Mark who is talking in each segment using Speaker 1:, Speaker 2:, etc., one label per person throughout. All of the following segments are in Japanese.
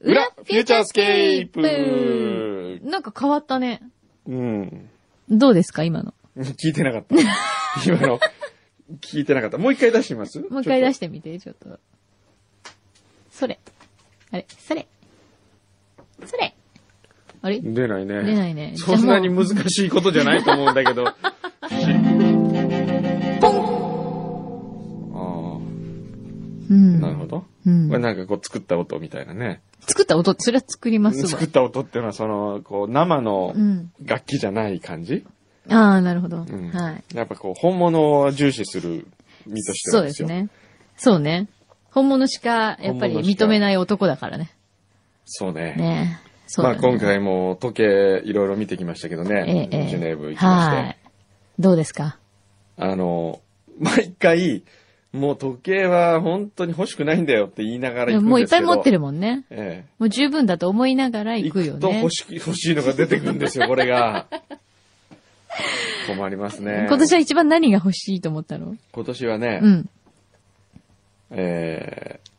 Speaker 1: 裏フューチャースケー
Speaker 2: ー
Speaker 1: プ
Speaker 2: なんか変わったね。
Speaker 1: うん。
Speaker 2: どうですか、今の。
Speaker 1: 聞いてな かった。今の、聞いてなかった。もう一回出してみます
Speaker 2: もう一回出
Speaker 1: し
Speaker 2: してみて、ちょっと。それ。あれ、それ。それ。あれ
Speaker 1: 出ないね。
Speaker 2: 出ないね
Speaker 1: そんなに難しいことじゃないと思うんだけど。あ あ、
Speaker 2: うん。
Speaker 1: なるほど。
Speaker 2: うん
Speaker 1: これなんかこう作った音みたいなね。
Speaker 2: 作った音、それは作りますわ
Speaker 1: 作。った音っていうのはその、こう生の
Speaker 2: うん。
Speaker 1: 楽器じゃない感じ、
Speaker 2: ああ、なるほど。
Speaker 1: うん
Speaker 2: はい。
Speaker 1: やっぱこう本物を重視する身として
Speaker 2: そ
Speaker 1: は
Speaker 2: う
Speaker 1: で
Speaker 2: ですす
Speaker 1: よ。
Speaker 2: ね。そうね。本物しか、やっぱり
Speaker 1: 本物しか
Speaker 2: 認めない男だからね。
Speaker 1: そうね。
Speaker 2: ねえ。そう
Speaker 1: ま
Speaker 2: だ
Speaker 1: あ
Speaker 2: ね
Speaker 1: 今回も時計いろいろ見てきましたけどね。
Speaker 2: ええええ
Speaker 1: ジュネーブ行きまして。
Speaker 2: はい。どうですか
Speaker 1: あの、毎回、もう時計は本当に欲しくないんだよって言いながら行くんですけど。
Speaker 2: もういっぱい持ってるもんね。
Speaker 1: え
Speaker 2: もう十分だと思いながら
Speaker 1: え。
Speaker 2: 行くよ
Speaker 1: と
Speaker 2: ね
Speaker 1: 欲。しく欲しいのが出てくるんですよ、これが。困りますね。
Speaker 2: 今年は一番何が欲しいと思ったの
Speaker 1: 今年はね、
Speaker 2: うん。
Speaker 1: えー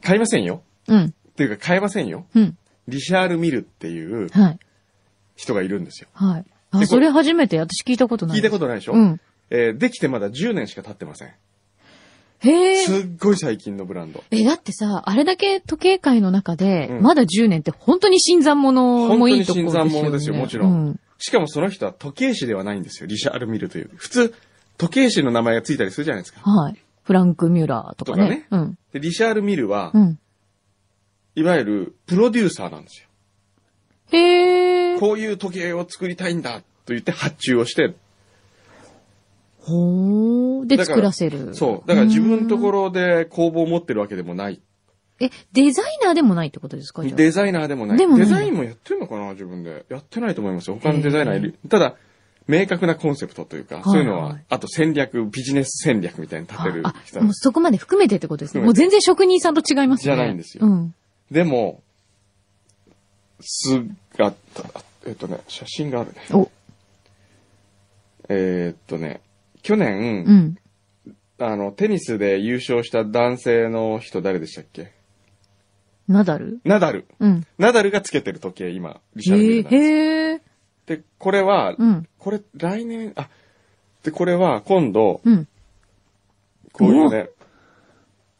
Speaker 1: 買いませんよ。
Speaker 2: うん。
Speaker 1: っていうか買えませんよ。
Speaker 2: うん。
Speaker 1: リシャール・ミルっていう
Speaker 2: はい。
Speaker 1: 人がいるんですよ。
Speaker 2: はい。
Speaker 1: で
Speaker 2: あ、
Speaker 1: こ
Speaker 2: それ初めて。私聞いたことない。
Speaker 1: 聞いたことないでしょ、
Speaker 2: うん。
Speaker 1: えーできてまだ10年しか経ってません。
Speaker 2: へえ。
Speaker 1: すっごい最近のブランド。
Speaker 2: え、だってさ、あれだけ時計界の中で、
Speaker 1: うん
Speaker 2: まだ10年って本当に新参者もいいところですよ、ね。
Speaker 1: 本当に新参者ですよもちろん
Speaker 2: うん。
Speaker 1: しかもその人は時計師ではないんですよ。リシャール・ミルという。普通、時計師の名前がついたりするじゃないですか。
Speaker 2: はい。フランク・ミュラーとかね。
Speaker 1: と
Speaker 2: うん。
Speaker 1: で、リシャール・ミルは
Speaker 2: う、ん。
Speaker 1: いわゆるプロデューサーなんですよ。
Speaker 2: へえ。
Speaker 1: こういう時計を作りたいんだと言って発注をして、
Speaker 2: ほー。で
Speaker 1: だから
Speaker 2: 作らせる。
Speaker 1: そう。だから自分のとこ
Speaker 2: ろ。
Speaker 1: ろで工房を持ってるわけでもない。
Speaker 2: え、デザイナーでもないってことですかじゃあ
Speaker 1: デザイナーでもない。
Speaker 2: でもな
Speaker 1: デ
Speaker 2: い
Speaker 1: ザインもやってるのかな自分で。やってないと思いますよ。他のデザイナーいる。ただ、明確なコンセプトというか、
Speaker 2: い
Speaker 1: そういうの
Speaker 2: は、
Speaker 1: はいあと戦略、ビジネス戦略みたいに立てる
Speaker 2: あ
Speaker 1: 人
Speaker 2: あ、もうそこまで含めてってことですね。
Speaker 1: 含めて
Speaker 2: もう全然職人さんと違いますね。
Speaker 1: じゃないんですよ
Speaker 2: うん。
Speaker 1: でも、すが、えっとね、写真があるね。
Speaker 2: お、
Speaker 1: えーっとね、去年、
Speaker 2: うん。
Speaker 1: あの、テニスで優勝した男性の人誰でしたっけ
Speaker 2: ナダル
Speaker 1: ナダル。
Speaker 2: うん。
Speaker 1: ナダルがつけてる時計、今、リシャール・ミ
Speaker 2: へえ、
Speaker 1: ルなんです。
Speaker 2: へえ。
Speaker 1: で、これは、
Speaker 2: うん。
Speaker 1: これ、来年、あ、で、これは、今度、
Speaker 2: うん。
Speaker 1: こういうね、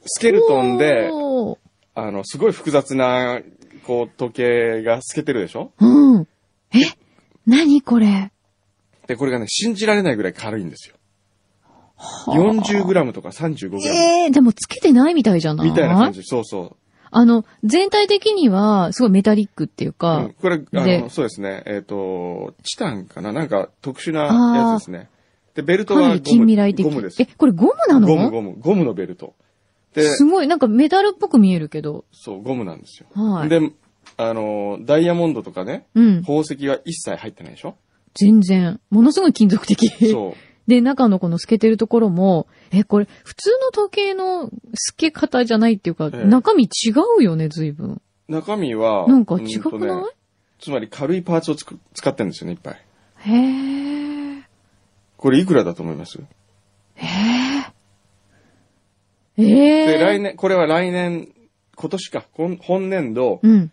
Speaker 1: スケルトンで、
Speaker 2: おー
Speaker 1: あの、すごい複雑な、こう、時計が透けてるでしょ
Speaker 2: うん。え、何これ。
Speaker 1: で、これがね、信じられないぐらい軽いんですよ。40g とか 35g
Speaker 2: ええでもつけてないみたいじゃない
Speaker 1: みたいな感じ。そうそう。
Speaker 2: あの、全体的には、すごいメタリックっていうか、
Speaker 1: うんこれ、あの、
Speaker 2: で
Speaker 1: そうですね。えっ、と、チタンかななんか特殊なやつですね。で、ベルト
Speaker 2: かな
Speaker 1: は
Speaker 2: り
Speaker 1: ゴ
Speaker 2: 近
Speaker 1: ム
Speaker 2: 未来的。
Speaker 1: ゴムです
Speaker 2: え、。これゴムなの
Speaker 1: ゴム、ゴム、ゴムのベルト。で、
Speaker 2: すごい、なんかメダルっぽく見えるけど。
Speaker 1: そう、ゴムなんですよ。
Speaker 2: はい。
Speaker 1: で、あの、ダイヤモンドとかね、
Speaker 2: うん。
Speaker 1: 宝石は一切入ってないでしょ
Speaker 2: 全然。ものすごい金属的。
Speaker 1: そう。
Speaker 2: で、中のこの透けてるところも、え、これ、普通の時計の透け方じゃないっていうか、
Speaker 1: ええ
Speaker 2: 中身違うよね、随分。
Speaker 1: 中身は、
Speaker 2: なんか違くない
Speaker 1: うんとねつまり軽いパーツをつく使ってるんですよね、いっぱい。
Speaker 2: へえ。
Speaker 1: これいくらだと思います
Speaker 2: ええ。
Speaker 1: で、来年、これは来年、今年か、こん本年度、
Speaker 2: うん、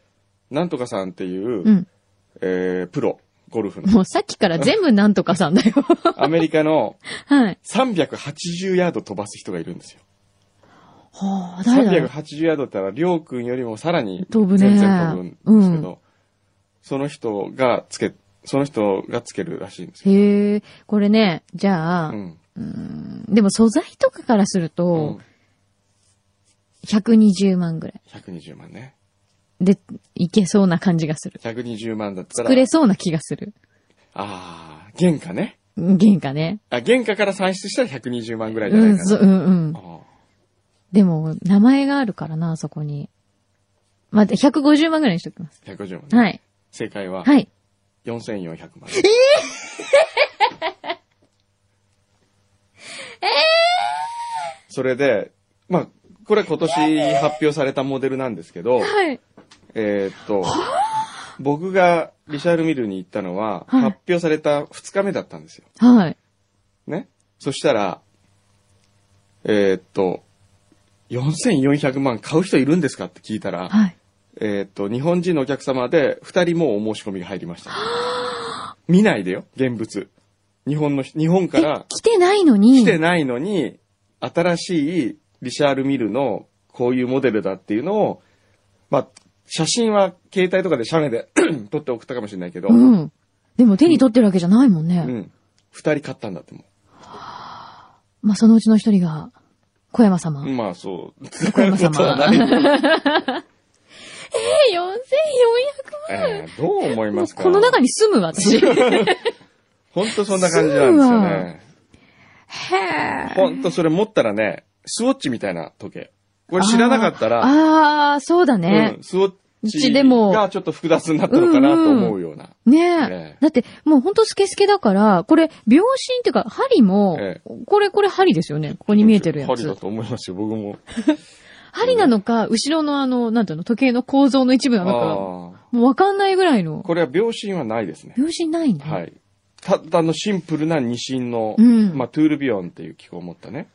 Speaker 1: なんとかさんっていう、
Speaker 2: うん。
Speaker 1: えー、プロ、ゴルフの、
Speaker 2: もうさっきから全部なんとかさんだよ。
Speaker 1: アメリカの
Speaker 2: はい。
Speaker 1: 380ヤード飛ばす人がいるんですよ。
Speaker 2: はあ、誰だろう
Speaker 1: 380ヤードって言ったら、りょうくんよりもさらに
Speaker 2: 飛ぶね
Speaker 1: 全然飛ぶんですけど、その人がつけ、その人がつけるらしいんですよ。
Speaker 2: へえ、これね、じゃあ、
Speaker 1: うん。
Speaker 2: うんでも素材とかからする
Speaker 1: うん
Speaker 2: と、120万ぐらい
Speaker 1: 120万ね。
Speaker 2: でいけそうな感じがする。
Speaker 1: 120万だったら、
Speaker 2: 作れそうな気がする。
Speaker 1: ああ、原価ね。
Speaker 2: 原価ね。
Speaker 1: あ、原価から算出したら120万ぐらいじゃ
Speaker 2: う
Speaker 1: ない
Speaker 2: ん、
Speaker 1: か
Speaker 2: そ
Speaker 1: な。
Speaker 2: う、うん、うん。
Speaker 1: あ
Speaker 2: でも、名前があるからな、あそこに。まあ、で150万ぐらいにしときます。
Speaker 1: あ150万、ね。
Speaker 2: はい。
Speaker 1: 正解は、
Speaker 2: はい。
Speaker 1: 4400万。それで、まあ、これ今年発表されたモデルなんですけど、
Speaker 2: はい。
Speaker 1: えーっと、僕がリシャール・ミルに行ったのは、
Speaker 2: はい
Speaker 1: 発表された2日目だったんですよ。
Speaker 2: はい。
Speaker 1: ね。そしたら、えーっと、4400万買う人いるんですかって聞いたら、
Speaker 2: はい。
Speaker 1: えーっと、日本人のお客様で2人もうお申し込みが入りました。見ないでよ、現物。日本の人、日本か
Speaker 2: え
Speaker 1: ら、
Speaker 2: 来てないのに。
Speaker 1: 来てないのに、新しいリシャール・ミルのこういうモデルだっていうのを、まあ、写真は携帯とかで写メで 撮って送ったかもしれないけど、
Speaker 2: うん。でも手に取ってるわけじゃないもんね。
Speaker 1: うん。二人買ったんだっても
Speaker 2: まあ、そのうちの一人が、小山様。
Speaker 1: う。
Speaker 2: え
Speaker 1: まあそう。
Speaker 2: 小山様
Speaker 1: そういうことはない
Speaker 2: ー、4400
Speaker 1: えーどう思い
Speaker 2: も
Speaker 1: ま
Speaker 2: う
Speaker 1: すか
Speaker 2: この中に住む私。へ
Speaker 1: 本当そんな感じなんですよね。
Speaker 2: え。
Speaker 1: 本当それ持ったらね、スウォッチみたいな時計。これ知らなかったら、
Speaker 2: あー、そうだね
Speaker 1: う。ん、スウォッ
Speaker 2: う
Speaker 1: チ
Speaker 2: ちでも
Speaker 1: がちょっと複雑になったのかなと思うような。
Speaker 2: ね
Speaker 1: え
Speaker 2: え。だって、もうほんとスケスケだから、これ、秒針っていうか、針も
Speaker 1: え、
Speaker 2: これ、これ針ですよね。ここに見えてるや
Speaker 1: 針だ
Speaker 2: つ。
Speaker 1: と思いますよ、僕も。
Speaker 2: 針なのか、後ろのあの、なんていうの、時計の構造の一部なのか、
Speaker 1: ああ
Speaker 2: もうわかんないぐらいの。
Speaker 1: これは秒針はないですね。
Speaker 2: 秒針ないんだ。
Speaker 1: はい。ただのシンプルな二針の、
Speaker 2: うん
Speaker 1: まあ、トゥールビヨンっていう機構を持ったね。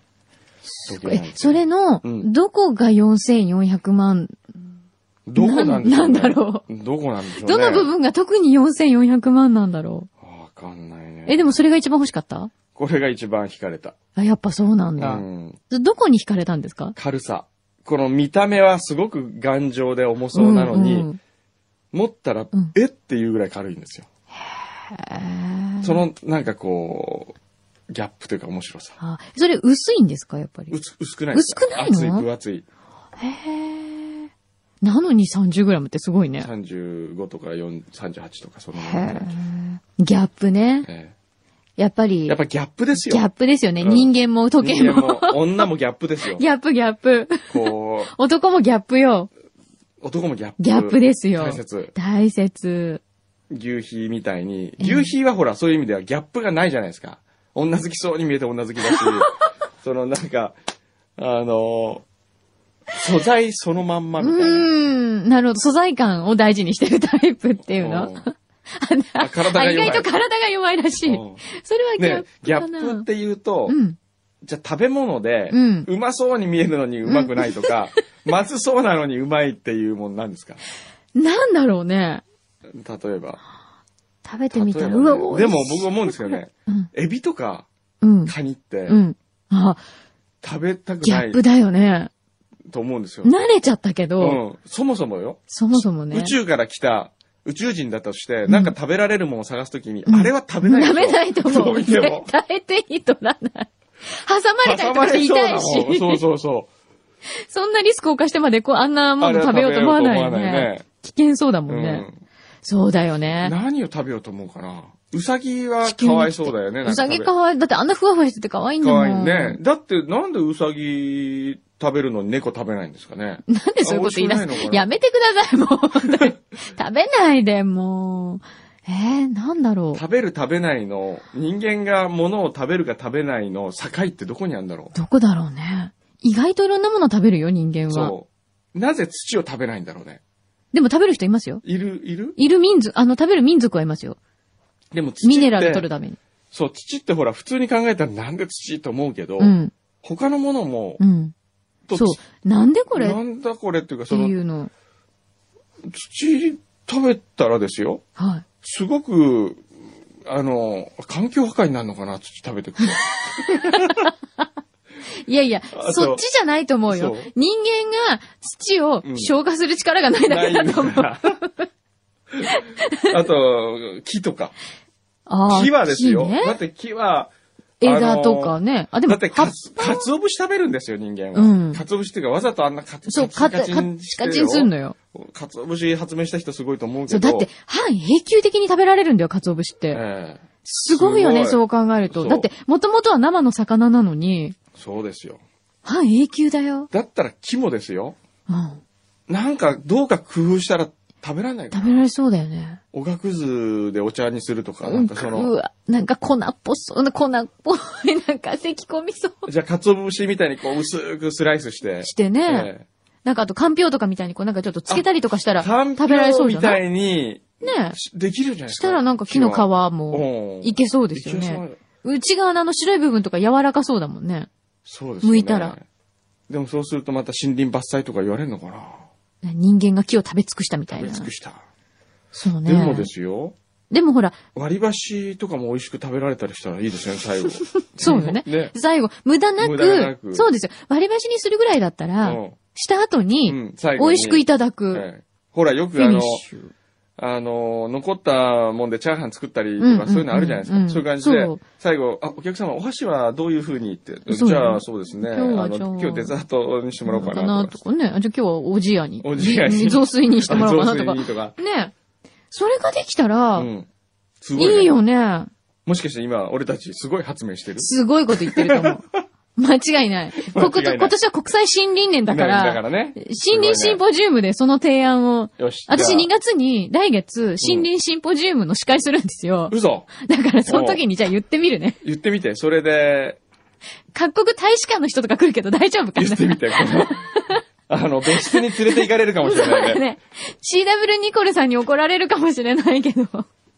Speaker 1: 時計なん
Speaker 2: え
Speaker 1: で、す
Speaker 2: そ
Speaker 1: よ
Speaker 2: れの
Speaker 1: う、ん
Speaker 2: どこが4400万、
Speaker 1: どこなんでしょ
Speaker 2: な
Speaker 1: う、ね、
Speaker 2: んなんだろ
Speaker 1: う。どこなんでしょうね。
Speaker 2: どの部分が特に4400万なんだろ
Speaker 1: わかんないね。
Speaker 2: う。え、でもそれが一番欲しかった
Speaker 1: これが一番惹かれた。
Speaker 2: あ、やっぱそうなん
Speaker 1: う
Speaker 2: だ。
Speaker 1: ん。
Speaker 2: どこに惹かれたんですか
Speaker 1: 軽さ。この見た目はすごく頑丈で重そうなのに、
Speaker 2: うんうん
Speaker 1: 持ったら、
Speaker 2: うん
Speaker 1: えっていうぐらい軽いんですよ。
Speaker 2: へー
Speaker 1: その、なんかこう、ギャップというか面白さ。
Speaker 2: あ、それ薄いんですかやっぱり。
Speaker 1: 薄薄くないですか
Speaker 2: 薄くないの
Speaker 1: 厚い、分厚い。
Speaker 2: へーなのに 30g ってすごいね。
Speaker 1: 35とか4 38とか、その
Speaker 2: へ
Speaker 1: なもの
Speaker 2: ーギャップね。
Speaker 1: え
Speaker 2: やっぱり、
Speaker 1: えやっぱギャップです
Speaker 2: ギ
Speaker 1: よ。
Speaker 2: ャップですよね。
Speaker 1: うん
Speaker 2: 人間も時計
Speaker 1: 人間
Speaker 2: も。
Speaker 1: も、女もギャップですよ。
Speaker 2: ギャップギャップ。
Speaker 1: こ
Speaker 2: 男もギャップよ。
Speaker 1: う、男もギャップ。
Speaker 2: ギャップですよ
Speaker 1: 大切。
Speaker 2: 大切。
Speaker 1: 牛皮みたいに、
Speaker 2: ええ
Speaker 1: 牛皮はほら、そういう意味ではギャップがないじゃないですか。女好きそうに見えて女好き だし、そのなんか、あのー素材そのまんま
Speaker 2: う
Speaker 1: みたいな。
Speaker 2: ーん。なるほど。素材感を大事にしてるタイプっていうの。
Speaker 1: んあ体が
Speaker 2: あ意
Speaker 1: 弱い。
Speaker 2: 外と体が弱いらしい。
Speaker 1: うん
Speaker 2: それはギャッ
Speaker 1: ね
Speaker 2: プ
Speaker 1: ギャ
Speaker 2: か
Speaker 1: ッ
Speaker 2: な。
Speaker 1: プって言うと、
Speaker 2: うん。
Speaker 1: じゃあ食べ物で、
Speaker 2: うん
Speaker 1: うまそうに見えるのにうまくないとか、まずそうなのにうまいっていうもんなんですか
Speaker 2: なんだろうね。
Speaker 1: 例えば。
Speaker 2: 食べて
Speaker 1: 例えばね
Speaker 2: みたら、うわ、美味しい
Speaker 1: でも僕思うんですけどね、
Speaker 2: うん。
Speaker 1: エビとか
Speaker 2: うん。
Speaker 1: カニって
Speaker 2: うん。あ、
Speaker 1: 食べたく
Speaker 2: ギ
Speaker 1: な
Speaker 2: ャ
Speaker 1: い
Speaker 2: ップだよね。
Speaker 1: と思うんですよ。
Speaker 2: 慣れちゃったけ
Speaker 1: う
Speaker 2: ど、
Speaker 1: ん、そもそもよ、
Speaker 2: そもそもね。
Speaker 1: 宇宙から来た宇宙人だとして、
Speaker 2: ん
Speaker 1: なんか食べられるものを探すときに、
Speaker 2: うん
Speaker 1: あれは食べないでしょ
Speaker 2: 食べないと
Speaker 1: ど
Speaker 2: 思
Speaker 1: う
Speaker 2: う。
Speaker 1: 見て
Speaker 2: 絶
Speaker 1: も。
Speaker 2: 対手に取らない。挟まれたりとかして痛い
Speaker 1: 挟まれそうだもんそう
Speaker 2: し、
Speaker 1: そうそ
Speaker 2: そんなリスクを冒してまでこうあんな
Speaker 1: う。
Speaker 2: もの食べようと思わないよ
Speaker 1: あれは食べようと思わない
Speaker 2: ね
Speaker 1: ね。
Speaker 2: 危険そうだもん
Speaker 1: う
Speaker 2: ね。
Speaker 1: ん
Speaker 2: そうだよね。
Speaker 1: 何を食べようと思うかな。うさぎはかわいそうだよね。
Speaker 2: うさぎか
Speaker 1: わ
Speaker 2: わいい。だってあんなふわふわしてて可愛いんだ
Speaker 1: か
Speaker 2: もん。
Speaker 1: わいいね。。だってなんでうさぎ食べるのに猫食べないんですかね。
Speaker 2: なんでそういうこと言い出
Speaker 1: あ
Speaker 2: す
Speaker 1: 美味しくないのかな
Speaker 2: やめてください、もう。本当に食べないで、もう。えー、なんだろう。
Speaker 1: 食べる食べないの、人間が物を食べるか食べないの境ってどこにあるんだろ
Speaker 2: どこだろうね。意外といろんなもの食べるよ、人間
Speaker 1: う。
Speaker 2: は。
Speaker 1: そう。なぜ土を食べないんだろうね。
Speaker 2: でも食べる人いますよ。
Speaker 1: いる、いる
Speaker 2: いる民族、あの、食べる民族はいますよ。
Speaker 1: でも土って。
Speaker 2: ミネラル取るために。
Speaker 1: そう、土ってほら、普通に考えたらなんで土と思うけど、
Speaker 2: うん。
Speaker 1: 他のものも、
Speaker 2: うん。
Speaker 1: と
Speaker 2: そう。なんでこれっ
Speaker 1: なんだこれっていうか、
Speaker 2: て
Speaker 1: そ
Speaker 2: い
Speaker 1: の、
Speaker 2: うの。
Speaker 1: 土食べたらですよ、
Speaker 2: はい。
Speaker 1: すごく、あの、環境破壊になるのかな、土食べてくると。
Speaker 2: いやいや
Speaker 1: あ、と
Speaker 2: そっちじゃないと思うよ
Speaker 1: そう。
Speaker 2: 人間が土を
Speaker 1: うん
Speaker 2: 消化する力がない だけだと思う。
Speaker 1: な。 あと、木とか。
Speaker 2: あー
Speaker 1: 木はですよ。
Speaker 2: 木ね
Speaker 1: だって木は、
Speaker 2: 枝とかね。あ、で
Speaker 1: だ
Speaker 2: も、
Speaker 1: って
Speaker 2: 葉
Speaker 1: か
Speaker 2: っ
Speaker 1: つ、かつお節食べるんですよ、人間は。
Speaker 2: うん
Speaker 1: かつお節っていうか、わざとあんなカチ
Speaker 2: そう、
Speaker 1: カ
Speaker 2: カ
Speaker 1: チ
Speaker 2: チカチ
Speaker 1: カチン
Speaker 2: ン
Speaker 1: してよ
Speaker 2: カチンすんのよ。
Speaker 1: かつお節発明した人すごいと思うけ
Speaker 2: そ
Speaker 1: ど。
Speaker 2: う、だって、半永久的に食べられるんだよ、鰹節っ
Speaker 1: え
Speaker 2: て。
Speaker 1: え
Speaker 2: すごいよね、
Speaker 1: すご
Speaker 2: そ
Speaker 1: いう
Speaker 2: 考える
Speaker 1: そ
Speaker 2: と。
Speaker 1: う
Speaker 2: だって、もともとは生の魚なのに、
Speaker 1: そうですよ。
Speaker 2: 半永久だよ。
Speaker 1: だったら木もですよ。
Speaker 2: うん。
Speaker 1: なんか、どうか工夫したら食べられないかな
Speaker 2: 食べられそうだよね。
Speaker 1: おがくずでお茶にするとか、な
Speaker 2: うんん
Speaker 1: かそうの、
Speaker 2: わ、なんか粉っぽそうな、粉っぽい、なんか咳込みそう。
Speaker 1: じゃあ、かつお節みたいにこう、薄くスライスして。
Speaker 2: してね。
Speaker 1: え
Speaker 2: なんかあと、かんぴょうとかみたいに、こうなんかちょっとつけたりとかした
Speaker 1: え
Speaker 2: ら、
Speaker 1: かんぴょ
Speaker 2: 食べられそううじ
Speaker 1: み
Speaker 2: ゃな
Speaker 1: た
Speaker 2: い
Speaker 1: いに、
Speaker 2: ね
Speaker 1: しできるじゃない
Speaker 2: え。
Speaker 1: です
Speaker 2: し
Speaker 1: か。
Speaker 2: たらなんか木の皮
Speaker 1: は
Speaker 2: も、いけそうですよ
Speaker 1: いけそ
Speaker 2: ね。
Speaker 1: う
Speaker 2: 内側のあの白い部分とか柔らかそうだもんね。
Speaker 1: そうですよね。
Speaker 2: 剥いたら。
Speaker 1: でもそうするとまた森林伐採とか言われるのかな
Speaker 2: 人間が木を食べ尽くしたみたい
Speaker 1: 食べ
Speaker 2: な。
Speaker 1: 尽くした。
Speaker 2: そうね。
Speaker 1: でもですよ、
Speaker 2: でもほら、
Speaker 1: 割り箸とかも美味しく食べられたりしたらいいですね、 最後。
Speaker 2: そうよね。
Speaker 1: ね。
Speaker 2: 最後、無駄なく
Speaker 1: 無駄なく
Speaker 2: そうですよ。割り箸にするぐらいだった
Speaker 1: う
Speaker 2: ら、
Speaker 1: ん
Speaker 2: した後
Speaker 1: う
Speaker 2: に、
Speaker 1: ん、最
Speaker 2: 美
Speaker 1: 後に
Speaker 2: 味しくいただく。
Speaker 1: はいほら、よ
Speaker 2: フ
Speaker 1: く
Speaker 2: ィ
Speaker 1: あ
Speaker 2: ニッ
Speaker 1: の、
Speaker 2: シュ。
Speaker 1: あの、残ったもんでチャーハン作ったりと
Speaker 2: うんうんう
Speaker 1: か、
Speaker 2: ん
Speaker 1: そういうのあるじゃないです
Speaker 2: うん
Speaker 1: か。そういう感じで
Speaker 2: そう、
Speaker 1: 最後、あ、お客様、お箸はどういう風にって、
Speaker 2: そう
Speaker 1: じゃあ、そうですね。あ
Speaker 2: 今日は
Speaker 1: の
Speaker 2: じゃあ
Speaker 1: 今日デザートにしてもらおうか
Speaker 2: だな
Speaker 1: な
Speaker 2: と
Speaker 1: とか。
Speaker 2: かね。あじゃあ今日はおじやに。
Speaker 1: おじや に
Speaker 2: 雑炊にしてもらおうかなと
Speaker 1: 雑
Speaker 2: か。
Speaker 1: 炊にとか。
Speaker 2: ねそれができたら、
Speaker 1: うん。すごいね。
Speaker 2: いいよね。
Speaker 1: もしかして今、俺たちすごい発明してる
Speaker 2: すごいこと言ってると 思う。間違いない。国
Speaker 1: 間違いない
Speaker 2: 今年は国際森林年だか、
Speaker 1: ねだかららね。
Speaker 2: 森林シンポジウムでその提案を、
Speaker 1: よし。
Speaker 2: 私
Speaker 1: じゃあ
Speaker 2: 2月に、来月、森林シンポジウムの司会するんですよ。
Speaker 1: 嘘
Speaker 2: だからその時にじゃあ言ってみるね。
Speaker 1: 言ってみて。それで、
Speaker 2: 各国大使館の人とか来るけど大丈夫かな
Speaker 1: 言ってみて。 このあの、別室に連れて行かれるかもしれ
Speaker 2: そう
Speaker 1: な
Speaker 2: だ
Speaker 1: い ね。
Speaker 2: ね。CW ニコルさんに怒られるかもしれないけど、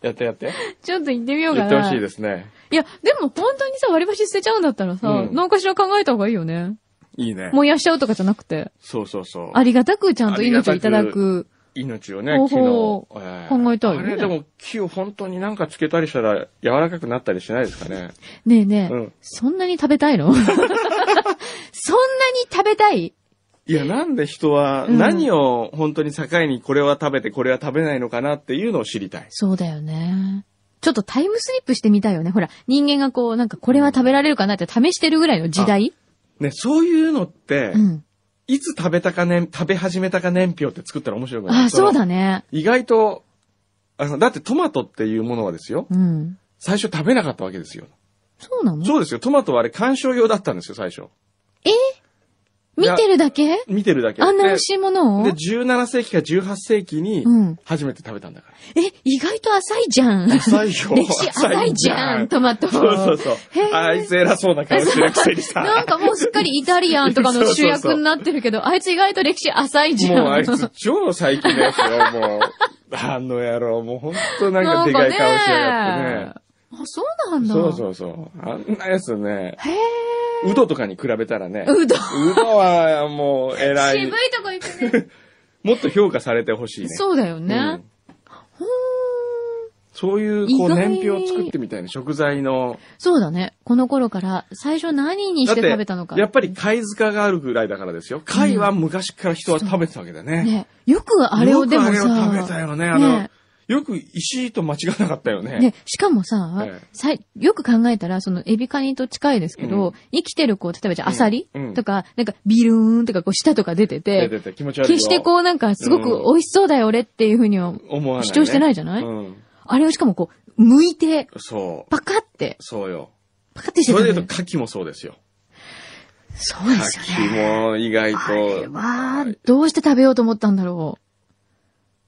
Speaker 1: やってやって。
Speaker 2: ちょっと行ってみよう
Speaker 1: 言
Speaker 2: かな。
Speaker 1: ってほしいですね。
Speaker 2: いや、でも本当にさ、割り箸捨てちゃうんだったらさ、
Speaker 1: うん
Speaker 2: 何かしら考えた方がいいよね。
Speaker 1: いいね。
Speaker 2: 燃やしちゃうとかじゃなくて、
Speaker 1: そうそうそう。
Speaker 2: ありがたくちゃんと命をいただく。
Speaker 1: 命をね、
Speaker 2: 方
Speaker 1: 木の
Speaker 2: 法。
Speaker 1: えー
Speaker 2: 考えたいよね
Speaker 1: あれでも木を本当になんかつけたりしたら柔らかくなったりしないですかね。
Speaker 2: ねえねえ、
Speaker 1: うん
Speaker 2: そんなに食べたいの そんなに食べたい
Speaker 1: いや、なんで人は
Speaker 2: うん
Speaker 1: 何を本当に境にこれは食べてこれは食べないのかなっていうのを知りたい。
Speaker 2: そうだよね。ちょっとタイムスリップしてみたいよね。ほら、人間がこう、なんかこれは食べられるかなって試してるぐらいの時代
Speaker 1: ね、そういうのって
Speaker 2: う、ん。
Speaker 1: いつ食べたかね、食べ始めたか年表って作ったら面白いかな
Speaker 2: あ、そう。だね。
Speaker 1: の意外と、あの、だってトマトっていうものはですよ、
Speaker 2: うん。
Speaker 1: 最初食べなかったわけですよ。
Speaker 2: そうなの
Speaker 1: そうですよ、トマトはあれ観賞用だったんですよ、最初。
Speaker 2: 見てるだけ
Speaker 1: 見てるだけ。
Speaker 2: あんな美
Speaker 1: で
Speaker 2: 味しいものを
Speaker 1: で、17世紀か18世紀に
Speaker 2: うん、
Speaker 1: 初めて食べたんだから。
Speaker 2: え、意外と浅いじゃん。 歴
Speaker 1: 浅いよ。
Speaker 2: 史浅いじゃん、トマト。
Speaker 1: そうそうそう
Speaker 2: へー。
Speaker 1: あいつ偉そうな顔してるくせにさ。
Speaker 2: なんかもうすっかりイタリアンとかの主役になってるけど、あいつ意外と歴史浅いじゃん。
Speaker 1: もうあいつ超最近のやつよ、もう。あの野郎、もうほんとなんかでかい顔しやがってね。
Speaker 2: あ、そうなんだ。
Speaker 1: そうそうそう。あんなやつね、
Speaker 2: へえ。
Speaker 1: ウドとかに比べたらね、
Speaker 2: うどん。
Speaker 1: ウドはもう偉
Speaker 2: 渋い
Speaker 1: い。
Speaker 2: とこ行くね。
Speaker 1: もっと評価されてほし いね。
Speaker 2: そうだよ
Speaker 1: う
Speaker 2: ね
Speaker 1: ん。
Speaker 2: ほーん。
Speaker 1: そういう、こ
Speaker 2: 意
Speaker 1: う、
Speaker 2: 外
Speaker 1: 年
Speaker 2: に
Speaker 1: 表を作ってみたいな食材の。
Speaker 2: そうだね。この頃から、最初何にし
Speaker 1: だってて
Speaker 2: 食べたのか。、
Speaker 1: やっぱり貝塚があるぐらいだからですよ。貝は昔から人は食べてたわけだよね。
Speaker 2: ね。よくあれをでもさ。
Speaker 1: よくあれを食べたよね。あの、
Speaker 2: ね
Speaker 1: よく石と間違わなかったよね。
Speaker 2: で、しかもさ
Speaker 1: ええ、
Speaker 2: さいよく考えたら、その、エビカニと近いですけど、生きてる子、例えばじゃあ、アサリ
Speaker 1: うんうん
Speaker 2: とか、なんか、ビルーンとか、こう、舌とか出て
Speaker 1: 出
Speaker 2: て、
Speaker 1: てて気持ち悪いよ。
Speaker 2: 決してこう、なんか、すごく美味しそうだよ、俺っていうふうには、
Speaker 1: 思わない、ね。
Speaker 2: 主張してないじゃない
Speaker 1: うん。
Speaker 2: あれをしかもこう、剥いて、
Speaker 1: そう。
Speaker 2: パカって、
Speaker 1: そうよ。
Speaker 2: パカってして
Speaker 1: そ
Speaker 2: た
Speaker 1: れ
Speaker 2: の
Speaker 1: で
Speaker 2: よ
Speaker 1: 言うと、牡蠣もそうですよ。
Speaker 2: そうですよ
Speaker 1: 牡
Speaker 2: ね。
Speaker 1: 蠣も意外
Speaker 2: あれ
Speaker 1: と。
Speaker 2: は、どうして食べようと思ったんだろう。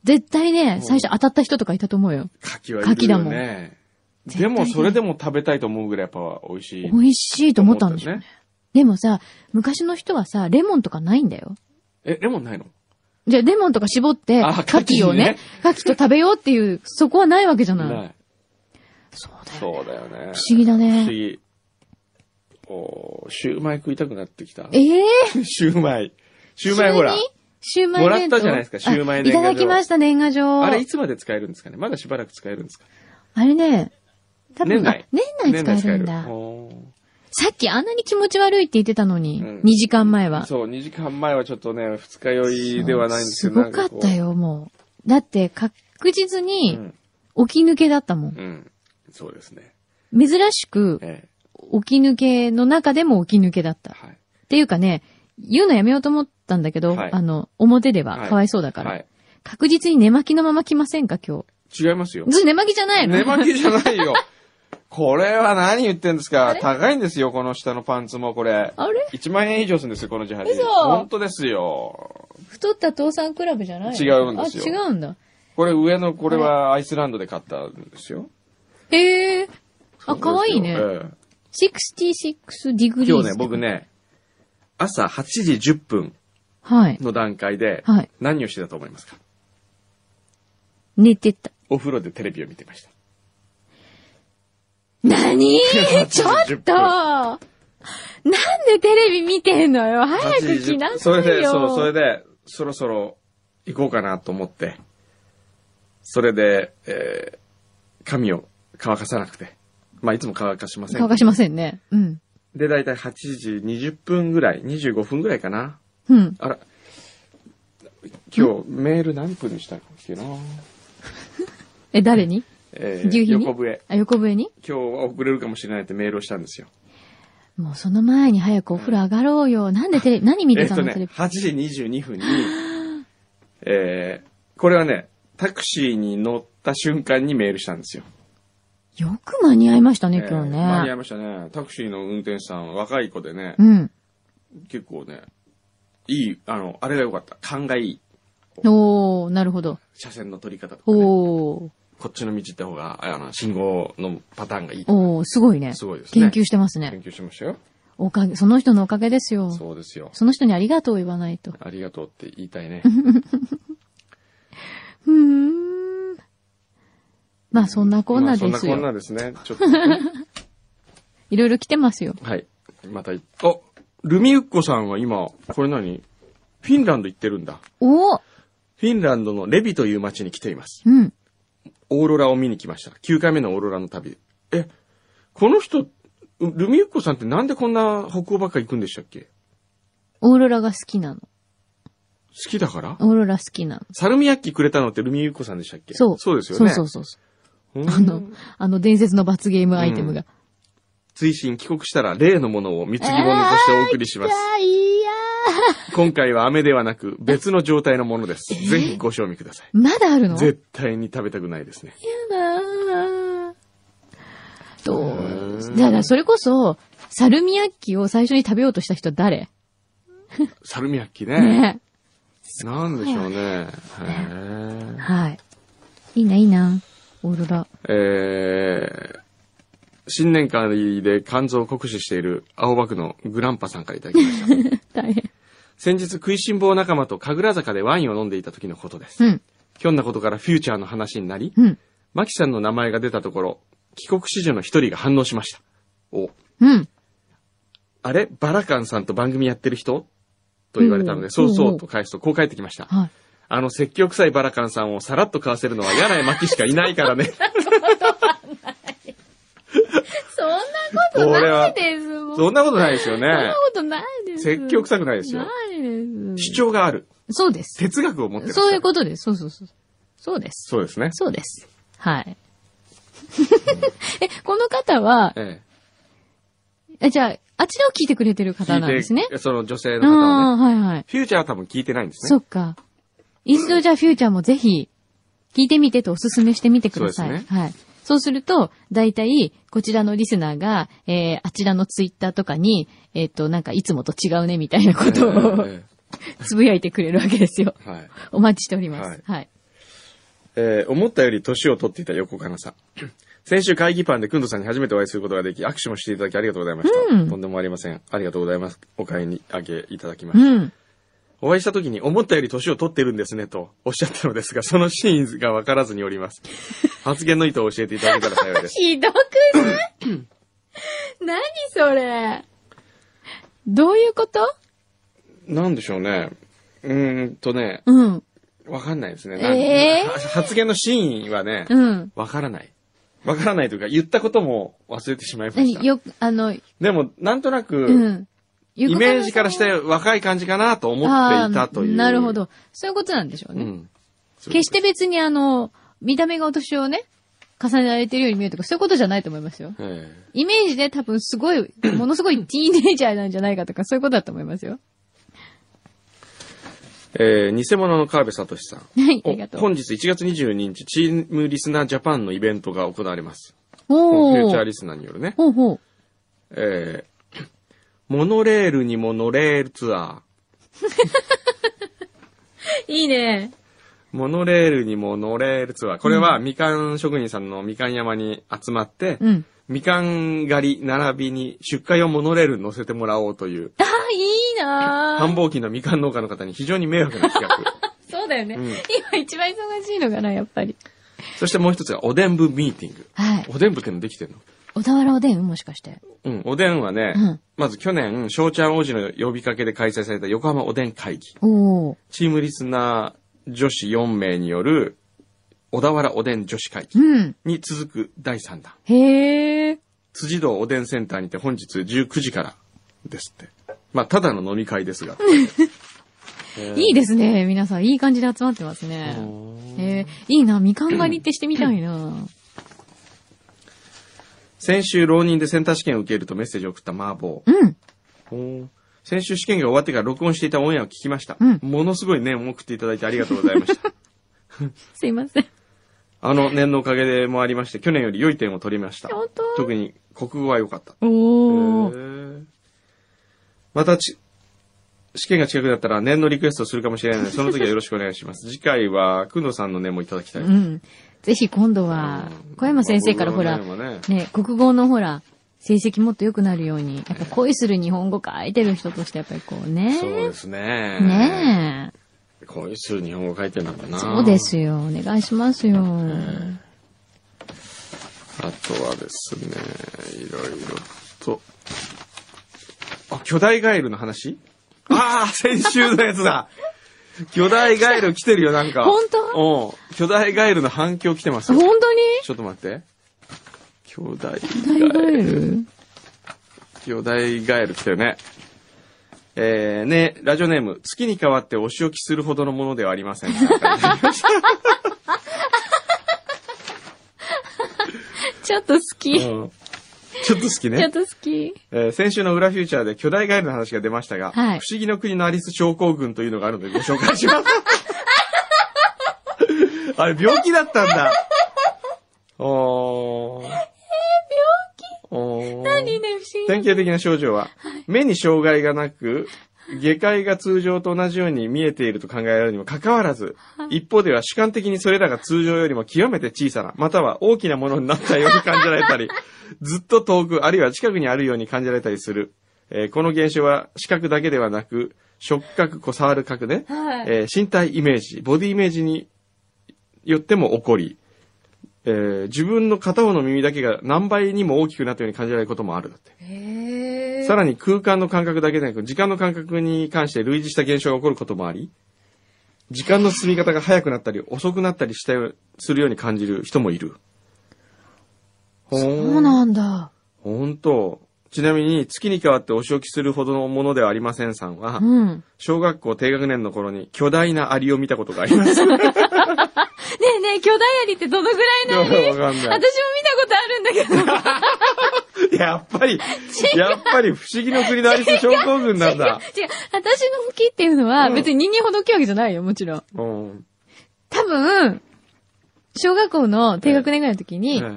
Speaker 2: 絶対ね
Speaker 1: ん、
Speaker 2: 最初当たった人とかいたと思うよ。
Speaker 1: 牡蠣はいるよね。
Speaker 2: 牡蠣だ
Speaker 1: で
Speaker 2: もん
Speaker 1: も、それでも食べたいと思うぐらいやっぱ美味しい。
Speaker 2: 美味しいと思ったんでしょう
Speaker 1: 思
Speaker 2: ね。でもさ、昔の人はさ、レモンとかないんだよ。
Speaker 1: え、レモンないの
Speaker 2: じゃあ、レモンとか絞って、
Speaker 1: あ
Speaker 2: 牡蠣をね、牡蠣と食べようっていう、そこはないわけじゃない。
Speaker 1: い。
Speaker 2: そうだよ。
Speaker 1: そうだよね。
Speaker 2: 不思議だ
Speaker 1: 不思
Speaker 2: ね。
Speaker 1: 議。おーシューマイ食いたくなってきた。
Speaker 2: ええ
Speaker 1: シューマイ。シ
Speaker 2: ー、
Speaker 1: ューマイほら
Speaker 2: 急。にシューマイ
Speaker 1: も
Speaker 2: 弁当
Speaker 1: らったじゃないですかシューマイ
Speaker 2: あい
Speaker 1: 年賀
Speaker 2: た
Speaker 1: 状
Speaker 2: だきました、年賀状。
Speaker 1: あれいつまで使えるんですかねまだしばらく使えるんですか
Speaker 2: あれね、多分、
Speaker 1: 年内
Speaker 2: あ年内使えるんだ。
Speaker 1: おー
Speaker 2: さっきあんなに気持ち悪いって言ってたのに、
Speaker 1: うん
Speaker 2: 2時間前は。
Speaker 1: そう、2時間前はちょっとね、二日酔いではないんですけど。
Speaker 2: すごかったよ、もう。だって、確実
Speaker 1: なん
Speaker 2: に
Speaker 1: かこ
Speaker 2: 起き抜けだったもん。
Speaker 1: う。うん。うん。そうですね。
Speaker 2: 珍しく、
Speaker 1: ええ。
Speaker 2: 起き抜けの中でも起き抜けだった。っ
Speaker 1: はい。
Speaker 2: ていうかね、言うのやめようと思ったんだけど、
Speaker 1: はい
Speaker 2: あの、表では
Speaker 1: はい
Speaker 2: かわいそうだから。
Speaker 1: はい。
Speaker 2: 確実に寝巻きのまま来ませんか、今
Speaker 1: 違いますよ
Speaker 2: 日。。ず、寝巻きじゃないの
Speaker 1: 寝巻きじゃないよ。これは何言ってんです
Speaker 2: あ
Speaker 1: か
Speaker 2: れ
Speaker 1: 高いんですよ、この下のパンツもこれ。
Speaker 2: あれ
Speaker 1: 1万円以上するんですよ、この自販機。
Speaker 2: 嘘
Speaker 1: 本当ですよ。
Speaker 2: 太った父さんクラブじゃないの
Speaker 1: 違うんですよ
Speaker 2: あ、違うんだ。
Speaker 1: これ上の、これはアイスランドで買ったんですよ。
Speaker 2: へえ。あ、かわいいね。
Speaker 1: そうですよええ
Speaker 2: 66ディグリーズ。
Speaker 1: 今日ね、僕。ね、朝8時10分
Speaker 2: はい。
Speaker 1: の段階で
Speaker 2: はい、
Speaker 1: 何をしてたと思いますか
Speaker 2: 寝てた。
Speaker 1: お風呂でテレビを見てました。
Speaker 2: 何ちょっ
Speaker 1: 80
Speaker 2: となんでテレビ見てんのよ早く来なさいよ
Speaker 1: それで、そう、それで、そろそろ行こうかなと思って、それで、えー髪を乾かさなくて。まあ、いつも乾かしませんけど
Speaker 2: 乾かしませんね。うん。
Speaker 1: で、だいたい8時20分ぐらい、25分ぐらいかな。
Speaker 2: うん。
Speaker 1: あら、今日メール何分にしたっけな。
Speaker 2: え、誰に
Speaker 1: えー
Speaker 2: 牛皮に
Speaker 1: 横笛。
Speaker 2: あ、横笛に
Speaker 1: 今日は遅れるかもしれないってメールをしたんですよ。
Speaker 2: もうその前に早くお風呂上がろうよ。なんでテレ ビ、何見て
Speaker 1: えったと
Speaker 2: の、
Speaker 1: ね
Speaker 2: テレ、ビ。
Speaker 1: 8時22分に、えーこれはね、タクシーに乗った瞬間にメールしたんですよ。
Speaker 2: よく間に合いましたね、
Speaker 1: えー
Speaker 2: 今日
Speaker 1: 間に合い
Speaker 2: ね。
Speaker 1: ましたね。タクシーの運転手さん、若い子でね、
Speaker 2: うん。
Speaker 1: 結構ね、いい、あの、あれが良かった。勘がいい。
Speaker 2: おー、なるほど。
Speaker 1: 車線の取り方とか、ね、
Speaker 2: おー、
Speaker 1: こっちの道行った方が、あの、信号のパターンがいいとか。
Speaker 2: おー、すごいね。
Speaker 1: すごいですね
Speaker 2: 研究してますね
Speaker 1: 研。究しましたよ。
Speaker 2: おかげ、その人のおかげですよ。そ
Speaker 1: そうですよ。
Speaker 2: の人にありがとうを言わないと。
Speaker 1: ありがとうって言いたいね。
Speaker 2: ふーん。まあ、そんなこんなで
Speaker 1: まあ
Speaker 2: す
Speaker 1: そんなこんな
Speaker 2: よ。
Speaker 1: ですね。ちょっと。
Speaker 2: いろいろ来てますよ。
Speaker 1: はい。またい、おルミウッコさんは今、これ何フィンランド行ってるんだ。
Speaker 2: おー
Speaker 1: フィンランドのレビという町に来ています。
Speaker 2: うん。
Speaker 1: オーロラを見に来ました。9回目のオーロラの旅。え、この人、うルミウッコさんってなんでこんな北欧ばっか行くんでしたっけ
Speaker 2: オーロラが好きなの。
Speaker 1: 好きだから
Speaker 2: オーロラ好きなの。
Speaker 1: サルミヤッキくれたのってルミウッコさんでしたっけ
Speaker 2: そう。
Speaker 1: そうですよね。
Speaker 2: そうそうそう。
Speaker 1: うん
Speaker 2: あの、あの伝説の罰ゲームアイテムが。
Speaker 1: 追伸帰国したら例のものを貢ぎ物としてお送りします。
Speaker 2: あ、いや
Speaker 1: 今回は飴ではなく別の状態のものです。ぜひご賞味ください。
Speaker 2: ー。まだあるの
Speaker 1: 絶対に食べたくないですね。
Speaker 2: やだー。ど
Speaker 1: う
Speaker 2: う
Speaker 1: ーん
Speaker 2: だから、それこそ、サルミヤッキを最初に食べようとした人誰
Speaker 1: サルミヤッキね。
Speaker 2: ね
Speaker 1: なんでしょうね。
Speaker 2: え。はい。いいな、いいな。オーロラ。
Speaker 1: へーえー、新年会で肝臓を酷使している青葉区のグランパさんからいただき ました。
Speaker 2: 大変。
Speaker 1: 先日食いしん坊仲間と神楽坂でワインを飲んでいた時のことです。
Speaker 2: うん。
Speaker 1: ひょんなことからフューチャーの話になり、
Speaker 2: うん。
Speaker 1: マキさんの名前が出たところ、帰国子女の一人が反応しました。お、
Speaker 2: うん。
Speaker 1: あれバラカンさんと番組やってる人と言われた
Speaker 2: う
Speaker 1: ので、
Speaker 2: ん
Speaker 1: そうそうと返すと、こう返ってきました。
Speaker 2: はい。
Speaker 1: あの、説教臭いバラカンさんをさらっと買わせるのは柳井真紀しかいないからね。
Speaker 2: そんなことないですもん。そ
Speaker 1: そ
Speaker 2: ん
Speaker 1: んなことないですよ
Speaker 2: な
Speaker 1: ね。
Speaker 2: ことないです。
Speaker 1: 説教臭くないですよ。
Speaker 2: ないです。
Speaker 1: 主張がある。
Speaker 2: そうです。
Speaker 1: 哲学を持ってらっしゃる。
Speaker 2: そういうことです。そうそうそう。そうです。
Speaker 1: そうですね。
Speaker 2: そうです。はい。 え、この方は、
Speaker 1: え
Speaker 2: えじゃあ、あちらを聞いてくれてる
Speaker 1: え。
Speaker 2: 方なんですね。
Speaker 1: その女性の
Speaker 2: ああ
Speaker 1: 方はね。
Speaker 2: ー、はいはい。
Speaker 1: フューチャーは多分聞いてないんです
Speaker 2: そ
Speaker 1: ね。
Speaker 2: っか。一度じゃあフューチャーもぜひ、聞いてみてとおすすめしてみてください。
Speaker 1: そうです
Speaker 2: はい。そうすると、大体、こちらのリスナーが、えー、あちらのツイッターとかに、えっ、と、なんかいつもと違うねみたいなことを、
Speaker 1: え
Speaker 2: つぶやいてくれるわけですよ。
Speaker 1: えはい。
Speaker 2: お待ちしております。
Speaker 1: はい
Speaker 2: はい。
Speaker 1: えー思ったより年を取っていた横かなさん。 先週会議パンでくんどさんに初めてお会いすることができ、握手もしていただきありがとうございました。
Speaker 2: うん
Speaker 1: とんでもありません。ありがとうございます。お買いにあげいただきました。
Speaker 2: うん。
Speaker 1: お会いした時に思ったより年を取ってるんですねとおっしゃったのですが、その真意がわからずにおり ます。発言の意図を教えていただけたら幸いです。
Speaker 2: ひどくない 何それどういうこと
Speaker 1: なんでしょうね。うーんとね、
Speaker 2: うん。
Speaker 1: わかんないですね。
Speaker 2: えー
Speaker 1: は発言の真意はね、
Speaker 2: うん。
Speaker 1: わからない。わからないというか、言ったことも忘れてしまいました
Speaker 2: 何。よく、あの、
Speaker 1: でも、なんとなく、
Speaker 2: うん。イ
Speaker 1: イメージからして若い感じかなと思っていたという。
Speaker 2: なるほ。ど。そういうことなんでしょう
Speaker 1: う
Speaker 2: ね。
Speaker 1: ん。
Speaker 2: 決して別にあの、見た目がお年をね、重ねられてるように見えるとか、そういうことじゃないと思いますよ。
Speaker 1: え
Speaker 2: イメージで多分すご い、ものすごいティーネイジャーなんじゃないかとか、そういうことだと思いますよ。
Speaker 1: ええー偽物の川辺聡さん。
Speaker 2: はい、 あ
Speaker 1: お
Speaker 2: りがとう。
Speaker 1: 本日1月22日、チームリスナージャパンのイベントが行われます。
Speaker 2: お
Speaker 1: フューチャー
Speaker 2: ー。
Speaker 1: リスナーによるね。
Speaker 2: ほうほう。
Speaker 1: えーモノレールにモノレールツア
Speaker 2: いいね。
Speaker 1: ー。モノレールにモノレールツアー。これは、みかん職人さんのみかん山に集まって、
Speaker 2: うん。
Speaker 1: みかん狩り並びに出荷用モノレールに乗せてもらおうという、
Speaker 2: あー、いいなー
Speaker 1: 繁忙期のみかん農家の方に非常に迷惑な 企画。
Speaker 2: そうだよね。
Speaker 1: うん
Speaker 2: 今一番忙しいのかな、やっぱり。
Speaker 1: そしてもう一つがおでん部ミーティング。
Speaker 2: はい。
Speaker 1: おでん部ってのできてんの
Speaker 2: 小田原おでんもしかして。
Speaker 1: うん、おでんはね、
Speaker 2: うん
Speaker 1: まず去年、翔ちゃん王子の呼びかけで開催された横浜おでん会議。
Speaker 2: おー。
Speaker 1: チームリスナー女子4名による小田原おでん女子会議
Speaker 2: うん。
Speaker 1: に続く第3弾。
Speaker 2: へえ。
Speaker 1: 辻堂おでんセンターにて本日19時からですって。まあ、ただの飲み 会ですが。
Speaker 2: いいですね。皆さん、いい感じで集まってます
Speaker 1: え
Speaker 2: ね。
Speaker 1: ー
Speaker 2: へえ、いいな。みかん狩りってしてみたいな。
Speaker 1: 先週、浪人でセンター試験を受けるとメッセージを送った麻婆。
Speaker 2: うん。
Speaker 1: おー先週試験が終わってから録音していたオンエアを聞きました。
Speaker 2: うん
Speaker 1: ものすごい念を送っていただいてありがとうござい ました。
Speaker 2: すいません。
Speaker 1: あの念のおかげでもありまして、去年より良い点を取りました。
Speaker 2: 本当
Speaker 1: 特に国語は良かった。
Speaker 2: お
Speaker 1: へ
Speaker 2: ー。
Speaker 1: ーまたち、試験が近くなったら念のリクエストするかも しれないので、その時はよろしくお願いします。次回は、くんどさんの念もいただきたい。
Speaker 2: うん。ぜひ今度は
Speaker 1: うん、
Speaker 2: 小山先生からほら、
Speaker 1: まあ僕の念はね
Speaker 2: ね、国語のほら、成績もっと良くなるように、やっぱ恋する日本語書いてる人としてやっぱりこうね。
Speaker 1: そうですね。
Speaker 2: ねえ。
Speaker 1: え。こういう数日本語書いてるんだな。
Speaker 2: そうですよ。お願いしますよ。
Speaker 1: あとはですね、いろいろと。あ、巨大ガエルの 話ああ、先週のやつだ巨大ガエル来てるよ、なんか。
Speaker 2: 本当
Speaker 1: うん。巨大ガエルの反響来てますよ。
Speaker 2: 本当に
Speaker 1: ちょっと待って。巨大
Speaker 2: 大
Speaker 1: ガ
Speaker 2: ガ
Speaker 1: エ
Speaker 2: エ
Speaker 1: ル。
Speaker 2: ル
Speaker 1: 巨大ガエル来てるね。えー、ね、ラジオネーム、月に変わってお仕置きするほどのものではあ りません。
Speaker 2: ちょっと好き。ち
Speaker 1: うんちょっと好きね。
Speaker 2: ょっと好き。
Speaker 1: えー先週の裏フューチャーで巨大ガエルの話が出ましたが、
Speaker 2: はい
Speaker 1: 不思議の国のアリス症候群というのがあるのでご紹介 します。あれ、病気だった んだ。おー。え病気おー
Speaker 2: いいね、不思議。
Speaker 1: 典型的な症状は、目に障害がなく、下界が通常と同じように見えていると考えられるにもかかわらず、一方では主観的にそれらが通常よりも極めて小さな、または大きなものになったように感じられたり、ずっと遠く、あるいは近くにあるように感じられたりする。えーこの現象は視覚だけではなく、触覚、こう触る覚ね、
Speaker 2: はい
Speaker 1: えー身体イメージ、ボディイメージによっても起こり、えー自分の片方の耳だけが何倍にも大きくなったように感じられることもあるだって。
Speaker 2: へー
Speaker 1: さらに空間の感覚だけでなく、時間の感覚に関して類似した現象が起こることもあり、時間の進み方が早くなったり、遅くなったりしたようするように感じる人もいる。ほ
Speaker 2: そう
Speaker 1: ーん。
Speaker 2: なんだ。
Speaker 1: ほんと。ちなみに、月に変わってお仕置きするほどのものではありませんさんは
Speaker 2: う、ん。ね
Speaker 1: 小学校低学年の頃に巨大なアリを見たことがあります。
Speaker 2: えねえ、巨大アリってどのぐら いのアリ
Speaker 1: わかん
Speaker 2: 私も見た
Speaker 1: ない。
Speaker 2: ことあるんだけど。
Speaker 1: やっぱり、やっぱり不思議の国のアリス症候群な んだ。
Speaker 2: 違う、私の吹きっていうのは
Speaker 1: うん
Speaker 2: 別に人間ほど大きいわけじゃないよ、もちろん。
Speaker 1: うん。
Speaker 2: 多分、小学校の低学年ぐらいの時に、10
Speaker 1: え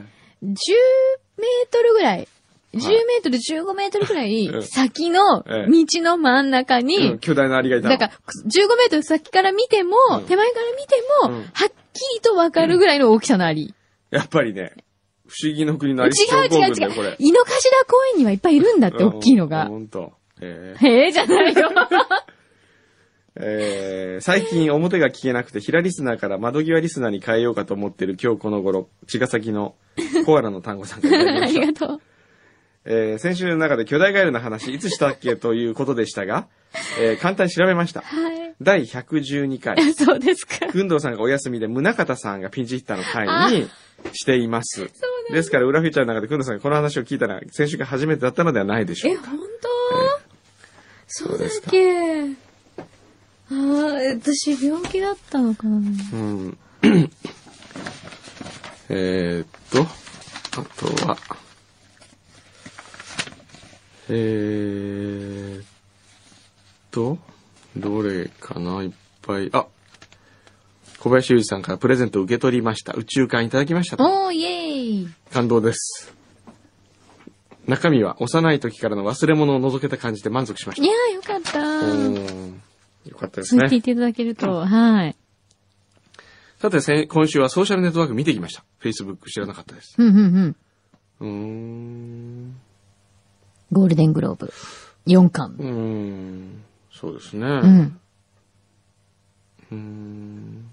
Speaker 2: メートルぐらい、10
Speaker 1: はい
Speaker 2: メートル、15メートルぐら
Speaker 1: うん
Speaker 2: い先の道
Speaker 1: ええ
Speaker 2: の真ん中
Speaker 1: えうん
Speaker 2: に、
Speaker 1: 巨大なアリがいたの
Speaker 2: だから15メートル先から見ても
Speaker 1: うん、
Speaker 2: 手前から見ても、
Speaker 1: う
Speaker 2: は
Speaker 1: ん
Speaker 2: っきりとわかるぐらいの大きさのあり。
Speaker 1: やっぱりね、不思議の国の
Speaker 2: 違
Speaker 1: アリス症
Speaker 2: う
Speaker 1: 候
Speaker 2: 違う
Speaker 1: 群だ
Speaker 2: 違
Speaker 1: よ、こ
Speaker 2: う
Speaker 1: れ。。
Speaker 2: 井の頭公園にはいっぱいいるんだって、
Speaker 1: うん
Speaker 2: 大きいのが。
Speaker 1: ほんと。えー
Speaker 2: へえじゃないよ。
Speaker 1: えー最近表が聞けなくて、平リスナーから窓際リスナーに変えようかと思ってる今日この頃、茅ヶ崎のコアラの単語さんからい ただき
Speaker 2: あり
Speaker 1: ました。
Speaker 2: がとう。
Speaker 1: えー先週の中で巨大ガエルの話、いつしたっけということでしたが、えー簡単に調べました。
Speaker 2: は
Speaker 1: 第112回、
Speaker 2: い。 そうですか。
Speaker 1: くんどうさんがお休みで、宗方さんがピンチヒッターの回にしています。
Speaker 2: そう
Speaker 1: ですから、裏フューチャーの中でくんどうさんがこの話を聞いたら、先週が初めてだったのではないでしょ
Speaker 2: え、
Speaker 1: うか。
Speaker 2: 本当、
Speaker 1: ー
Speaker 2: そうだっけあー私病気だったのかな
Speaker 1: うん。 えーっと、あとは、えーっと、どれかないっぱい、あ小林裕二さんからプレゼントを受け取りました。宇宙館いただきましたと。
Speaker 2: おー、イエーイ
Speaker 1: 感動です。中身は幼い時からの忘れ物を除けた感じで満足しまし
Speaker 2: いやー、よかった
Speaker 1: た。うーんよかったです
Speaker 2: そう聞い
Speaker 1: ね。
Speaker 2: ていただけると、はい。
Speaker 1: さて、先今週はソーシャルネットワーク見てきました。Facebook 知らなかったです。
Speaker 2: うんうんうん。
Speaker 1: うーん。
Speaker 2: ゴールデングローブ。4巻
Speaker 1: う。ーん。そうですね。
Speaker 2: う。
Speaker 1: うんーん。うん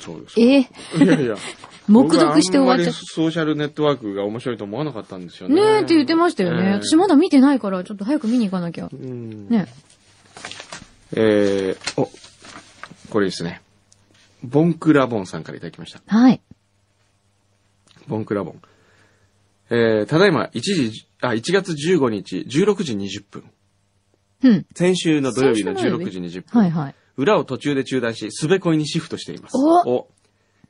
Speaker 1: そうです
Speaker 2: え
Speaker 1: ね。
Speaker 2: ー、
Speaker 1: いやい や。
Speaker 2: 黙読して終わっちゃっ
Speaker 1: 僕はあんまりソーシャルネットワークが面白いと思わなかったんですよ
Speaker 2: た。
Speaker 1: ね。
Speaker 2: ねえって言ってましたよね。
Speaker 1: ええ
Speaker 2: 私まだ見てないから、ちょっと早く見に行かなきゃ。
Speaker 1: うん。
Speaker 2: ね
Speaker 1: えー、お、これですね。ボンクラボンさんからいただきました。
Speaker 2: はい。
Speaker 1: ボンクラボン。えー、ただいま1時、あ、1月15日、16時20分。
Speaker 2: うん。
Speaker 1: 先週の土曜日の
Speaker 2: 先週の土曜
Speaker 1: 16
Speaker 2: 日
Speaker 1: 時20分。
Speaker 2: はいはい。
Speaker 1: 裏を途中で中断し、すべこいにシフトしています。
Speaker 2: お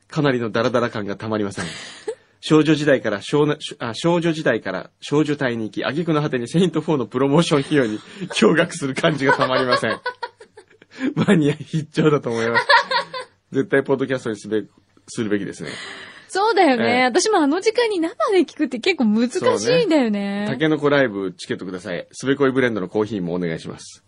Speaker 1: かなりのダラダラ感がたま りません。少女時代から少なあ少女時代から少女隊に行き、挙句の果てにセイント4のプロモーション費用に 驚愕する感じがたまりません。 マニア必聴だと思います。絶対ポッドキャストにすべ、するべきですね。
Speaker 2: そうだよね、
Speaker 1: ええ
Speaker 2: 私もあの時間に生で聞くって結構難しいんだよね。
Speaker 1: タケノコライブチケットください。すべこいブレンドのコーヒーもお願いします。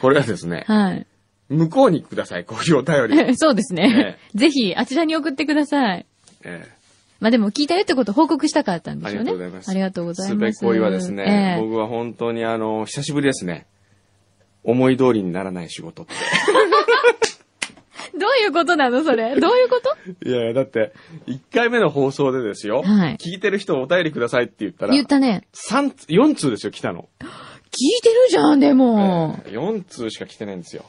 Speaker 1: これはですね、
Speaker 2: はい。
Speaker 1: 向こうにください、こういうお便 り。
Speaker 2: そうですね。
Speaker 1: え
Speaker 2: ぜひ、あちらに送ってください。
Speaker 1: ええ
Speaker 2: まあでも聞いたよってことを報告したかったんで
Speaker 1: あ
Speaker 2: し
Speaker 1: り
Speaker 2: ょ
Speaker 1: が
Speaker 2: うね。
Speaker 1: とうございます。
Speaker 2: ありがとうございます。
Speaker 1: すべこいはですね、
Speaker 2: ええ
Speaker 1: 僕は本当にあの、久しぶりですね。思い通りにならない仕 事って。
Speaker 2: どういうことなのそ れ。どういうこと
Speaker 1: いやいや、だって、1回目の放送でですよ、
Speaker 2: はい
Speaker 1: 聞いてる人お便りくださいって言ったら、
Speaker 2: 言ったね。
Speaker 1: 三通4通ですよ、来たの。
Speaker 2: 聞いてるじゃん、でも。
Speaker 1: ええ4通しか来てないんですよ。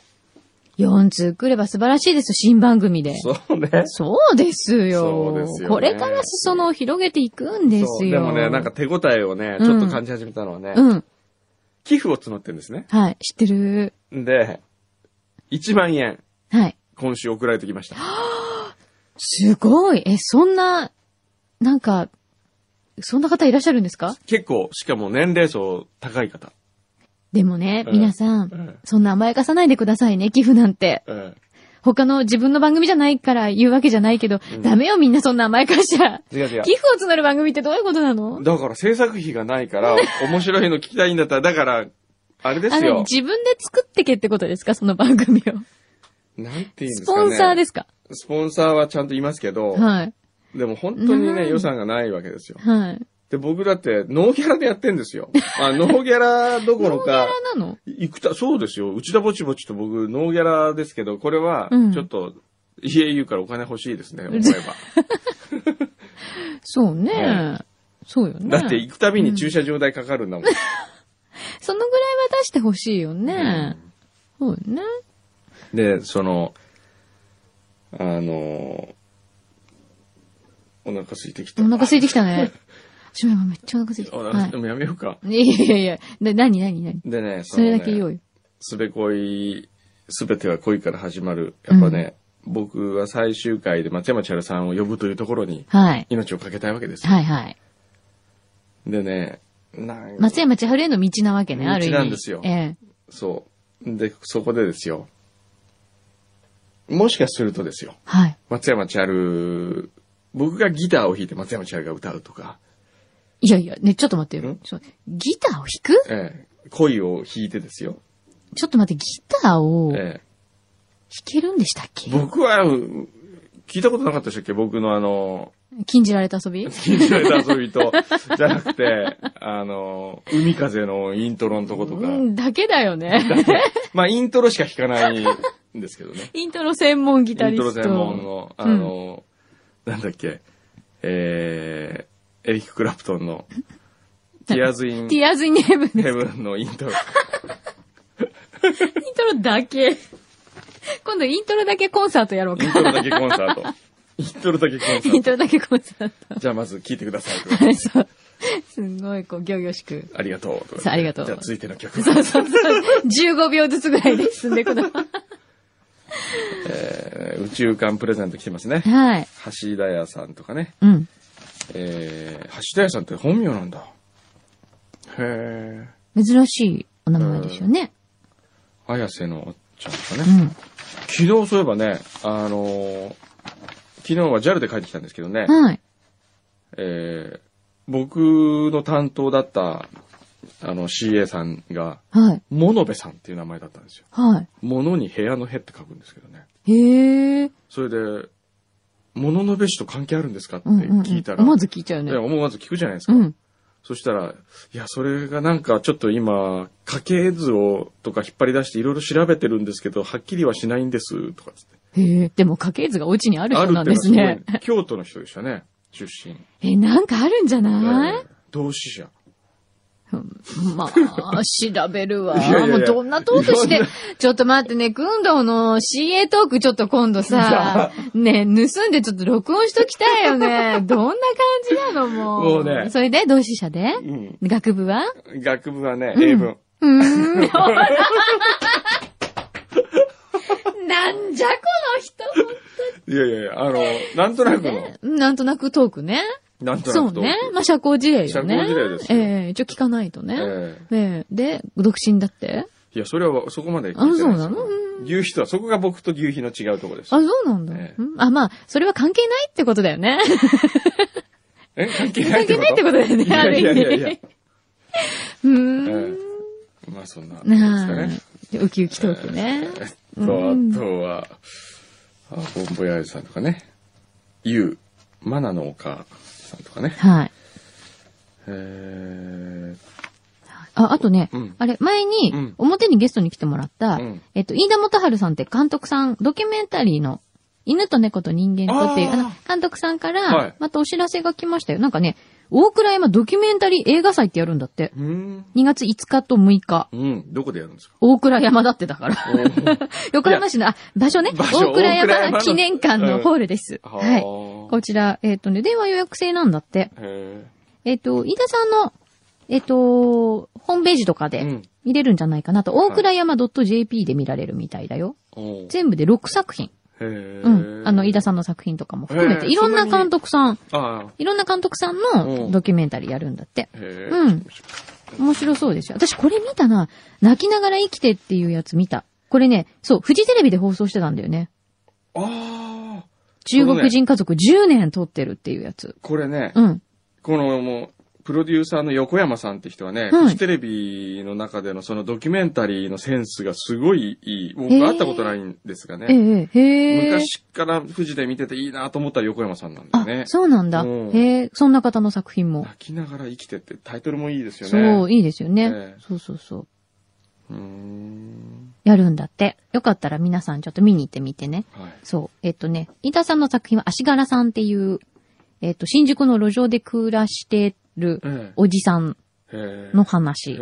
Speaker 2: 4通来れば素晴らしいですよ、新番組で。
Speaker 1: そうね。
Speaker 2: そうですよ。
Speaker 1: そうですよね
Speaker 2: これから裾野を広げていくんです
Speaker 1: そう
Speaker 2: よ。
Speaker 1: でもね、なんか手応えをね、ちょっと感じ始めたのはね、
Speaker 2: うん。
Speaker 1: 寄付を募ってるんですね。
Speaker 2: はい、知ってる。
Speaker 1: で、1万円、
Speaker 2: はい。
Speaker 1: 今週送られてき ました。
Speaker 2: すごい。え、そんな、なんか、そんな方いらっしゃるんですか
Speaker 1: 結構、しかも年齢層高い方。
Speaker 2: でもね、
Speaker 1: うん
Speaker 2: 皆さ、
Speaker 1: うんん
Speaker 2: そんな甘やかさないでくださいね、寄付なんて。
Speaker 1: ええ
Speaker 2: 他の自分の番組じゃないから言うわけじゃないけど、
Speaker 1: ん
Speaker 2: ダメよみんなそんな甘やかしちゃ。
Speaker 1: 違う違う
Speaker 2: 寄付を募る番組ってどういうことなの
Speaker 1: だから制作費がない から、面白いの聞きたいんだったら、だから、あれで
Speaker 2: あ
Speaker 1: す
Speaker 2: の、
Speaker 1: よ。
Speaker 2: 自分で作ってけってことですかその番組を。
Speaker 1: なんて言うんで
Speaker 2: ス
Speaker 1: すか
Speaker 2: ポ
Speaker 1: ね。
Speaker 2: ンサーですか
Speaker 1: す。スポンサーはちゃんといますけど、
Speaker 2: はい。
Speaker 1: でも本当に
Speaker 2: う
Speaker 1: ね、
Speaker 2: ん
Speaker 1: 予算がないわけですよ。
Speaker 2: はい。
Speaker 1: で、僕だって、ノーギャラでやってんですよ。 あ、ノーギャラどころか、
Speaker 2: なの
Speaker 1: いくた、そうですよ。内田ぼちぼちと僕、ノーギャラですけど、これは
Speaker 2: う、ん
Speaker 1: ちょっと、家言うからお金欲しいですね、思えば。
Speaker 2: そうね。
Speaker 1: え
Speaker 2: そうよね。
Speaker 1: だって行くたびに駐車場代かかるんだもん。
Speaker 2: そのぐらいは出してほしいよね。そうよね。
Speaker 1: で、その、あの、お腹空いてきた。
Speaker 2: お腹空いてきたね。しまいめっちゃお腹空いてきた。
Speaker 1: お
Speaker 2: は
Speaker 1: 腹
Speaker 2: い
Speaker 1: でもやめようか。
Speaker 2: いやいやいや、な、なになになに
Speaker 1: でね、
Speaker 2: それだけ言お
Speaker 1: う。
Speaker 2: うよ。
Speaker 1: すべこい、すべては恋から始まる。やっぱね、僕は最終回で松山千春さんを呼ぶというところに
Speaker 2: はい。
Speaker 1: 命をかけたいわけですよ。
Speaker 2: はいはい。
Speaker 1: でね、なん
Speaker 2: 松山千春への道なわけね、
Speaker 1: 道
Speaker 2: ある意味。
Speaker 1: なんですよ
Speaker 2: ええ。
Speaker 1: そう。で、そこでですよ。もしかするとですよ。
Speaker 2: はい。
Speaker 1: 松山千春、僕がギターを弾いて松山千春が歌うとか、
Speaker 2: いやいや、ね、ちょっと待ってよ
Speaker 1: ん。
Speaker 2: そうギターを弾く
Speaker 1: ええ、恋を弾いてですよ。
Speaker 2: ちょっと待って、ギターを弾
Speaker 1: ええ、
Speaker 2: けるんでしたっけ
Speaker 1: 僕は、う聞いたことなかったでしたっけ僕のあの、
Speaker 2: 禁じられた遊び
Speaker 1: 禁じられた遊 びと、じゃなくて、あの、海風のイントロのとことか
Speaker 2: う。ん、だけだよね。
Speaker 1: まあ、イントロしか弾かないんですけどね。
Speaker 2: イントロ専門ギタ
Speaker 1: イン
Speaker 2: リス
Speaker 1: ト
Speaker 2: ト。
Speaker 1: ロ専門の、あの、なんだっけ、えー、エリック・クラプトンの、ティアーズ・イン
Speaker 2: テ・ィアーズ・イン・ヘ ブンで
Speaker 1: ヘ
Speaker 2: す。
Speaker 1: ブンのイントロ。
Speaker 2: イントロだけ。今度イントロだけコンサートやろう
Speaker 1: イン
Speaker 2: か。
Speaker 1: トロだけコンサート。イントロだけコンサ
Speaker 2: イン
Speaker 1: ー
Speaker 2: トロだけコンサート。
Speaker 1: ト。じゃあまず聞いてくださいと。
Speaker 2: はい、そう。すんごい、こう、行々しく。
Speaker 1: ありがとう。
Speaker 2: さあありがとう
Speaker 1: じゃあ続いての曲。
Speaker 2: そうそうそう。15秒ずつぐらいで進んでいくの。
Speaker 1: えー宇宙艦プレゼント来てますね。
Speaker 2: はい。
Speaker 1: 橋田屋さんとかね。
Speaker 2: うん。
Speaker 1: えー、橋田屋さんって本名なんだ。へ
Speaker 2: 珍しいお名前でしょうね。
Speaker 1: ー。綾瀬のおっちゃんとか
Speaker 2: う
Speaker 1: ね。
Speaker 2: ん。
Speaker 1: 昨日そういえばね、あのー昨日は JAL で帰ってきたんですけどね、
Speaker 2: はい。
Speaker 1: えー、僕の担当だった、あの CA さんが、
Speaker 2: はい。
Speaker 1: モノベさんっていう名前だったんですよ。
Speaker 2: は
Speaker 1: モノに部屋の部って書くんですけどね。
Speaker 2: い。へえ。
Speaker 1: それで、モノノベ氏と関係あるんですかって
Speaker 2: うんうんうん。
Speaker 1: 聞いたら、
Speaker 2: 思わず聞いちゃう
Speaker 1: い
Speaker 2: ね
Speaker 1: や。思わず聞くじゃないです
Speaker 2: う
Speaker 1: か。
Speaker 2: ん。
Speaker 1: そしたら、いや、それがなんかちょっと今、家系図をとか引っ張り出していろいろ調べてるんですけど、はっきりはしないんです、とかつって。
Speaker 2: へえ。でも家系図がお家にある
Speaker 1: あ
Speaker 2: 人
Speaker 1: る
Speaker 2: な
Speaker 1: っ
Speaker 2: ん
Speaker 1: ていうの
Speaker 2: で
Speaker 1: は
Speaker 2: す
Speaker 1: す
Speaker 2: ね
Speaker 1: ごいね。京都の人でしたね、出身。
Speaker 2: え、なんかあるんじゃ
Speaker 1: え
Speaker 2: ない
Speaker 1: ー同志社。
Speaker 2: うんまあ、調べるわ。
Speaker 1: いやいやいや
Speaker 2: もうどんなトークして、ちょっと待ってね、くんどうの CA トークちょっと今度さ、ね、盗んでちょっと録音しときたいよ ね。どんな感じなのもう。
Speaker 1: もうね
Speaker 2: それで、同志社で
Speaker 1: うん。
Speaker 2: 学部 は
Speaker 1: 学部はね、英文。
Speaker 2: うーん。ほらなんじゃこの人
Speaker 1: いやいやいや、あの、なんとなくの、
Speaker 2: ねなんとなくトークね。
Speaker 1: なんとな
Speaker 2: そ
Speaker 1: く
Speaker 2: う
Speaker 1: と。
Speaker 2: ね。まあ、社交辞令よね。
Speaker 1: 社交辞令ですよ
Speaker 2: ええ一応聞かないとね。
Speaker 1: ええ
Speaker 2: ええで、独身だって
Speaker 1: いや、それはそこまで聞いて
Speaker 2: あ、
Speaker 1: ないです
Speaker 2: そ
Speaker 1: よ
Speaker 2: うなのうん
Speaker 1: 牛皮とは、そこが僕と牛皮の違うところです。
Speaker 2: あ、そうなんだ。
Speaker 1: ええ
Speaker 2: うんあ、まあ、それは関係ないってことだよね。
Speaker 1: え関係ない
Speaker 2: 関係
Speaker 1: ってこ
Speaker 2: ない
Speaker 1: と
Speaker 2: ってことだよね、ある
Speaker 1: い
Speaker 2: 意
Speaker 1: やい
Speaker 2: 味。
Speaker 1: やいやいや。
Speaker 2: う
Speaker 1: え
Speaker 2: ーん。
Speaker 1: えまあそんな、ですか
Speaker 2: なあ
Speaker 1: ね。。
Speaker 2: ウキウキトークね。
Speaker 1: と、あとは、あボンボヤージュさんとかね。ユウ、マナのお母さんとかね。
Speaker 2: はい。
Speaker 1: え
Speaker 2: あ、あとね、
Speaker 1: うん
Speaker 2: あれ、前
Speaker 1: う
Speaker 2: に
Speaker 1: ん、
Speaker 2: 表にゲストに来てもらった、
Speaker 1: うん
Speaker 2: えっと、飯田元春さんって監督さん、ドキュメンタリーの、犬と猫と人間とっていう、
Speaker 1: あ
Speaker 2: あ
Speaker 1: ー
Speaker 2: の、監督さんか
Speaker 1: は
Speaker 2: ら
Speaker 1: い、
Speaker 2: またお知らせが来ましたよ。なんかね、大倉山ドキュメンタリー映画祭ってやるんだって。
Speaker 1: ー、うん。
Speaker 2: 2月5日と6日。
Speaker 1: うん、どこでやる んですか
Speaker 2: 大倉山だってだから。横浜市の、あ、場所ね。
Speaker 1: 場所
Speaker 2: 大倉
Speaker 1: 大倉山
Speaker 2: 山
Speaker 1: の
Speaker 2: 記念館のホールです。
Speaker 1: うん
Speaker 2: はい。
Speaker 1: はあ
Speaker 2: こちら、えっ、とね、電話予約制なんだって。
Speaker 1: へ
Speaker 2: えっ、と、飯田さんの、えっ、と、ホームページとか
Speaker 1: え。う
Speaker 2: で
Speaker 1: ん。
Speaker 2: 見れるんじゃないかなと、
Speaker 1: い
Speaker 2: 大倉山 .jp で見られるみたいだよ。
Speaker 1: おう
Speaker 2: 全部で6作品。
Speaker 1: へえ。
Speaker 2: うん。あの、飯田さんの作品とかも含め
Speaker 1: へ
Speaker 2: て、
Speaker 1: ー
Speaker 2: いろんな監督さん、
Speaker 1: ああ。
Speaker 2: いろんな監督さん
Speaker 1: う
Speaker 2: の
Speaker 1: ん
Speaker 2: ドキュメンタリーやるんだって。
Speaker 1: へえ。
Speaker 2: うん。面白そうですよ。私これ見たな。泣きながら生きてっていうやつ見た。これね、そう、フジテレビで放送してたんだよね。
Speaker 1: ああ。
Speaker 2: 中国人家族10年撮ってるっていうやつ。
Speaker 1: これね、
Speaker 2: うん。
Speaker 1: このもう、プロデューサーの横山さんって人はね、
Speaker 2: はい
Speaker 1: フジテレビの中でのそのドキュメンタリーのセンスがすごいいい。僕
Speaker 2: へえ
Speaker 1: 会ったことないんですが
Speaker 2: え
Speaker 1: ね。
Speaker 2: え、へえ。
Speaker 1: 昔から富士で見てていいなと思ったら横山さんなんだ
Speaker 2: あ、
Speaker 1: よね。
Speaker 2: そうなんだ。
Speaker 1: うん
Speaker 2: へえ、そんな方の作品も。
Speaker 1: 泣きながら生きてってタイトルもいいですよね。
Speaker 2: そう、いいですよね。
Speaker 1: ええ
Speaker 2: そうそうそう。
Speaker 1: うーん。
Speaker 2: やるんだって。よかったら皆さんちょっと見に行ってみてね。
Speaker 1: はい。
Speaker 2: そう。えっとね、飯田さんの作品は足柄さんっていう、えっと、新宿の路上で暮らしてる
Speaker 1: え
Speaker 2: おじさん
Speaker 1: え。へえ
Speaker 2: の話。
Speaker 1: へえ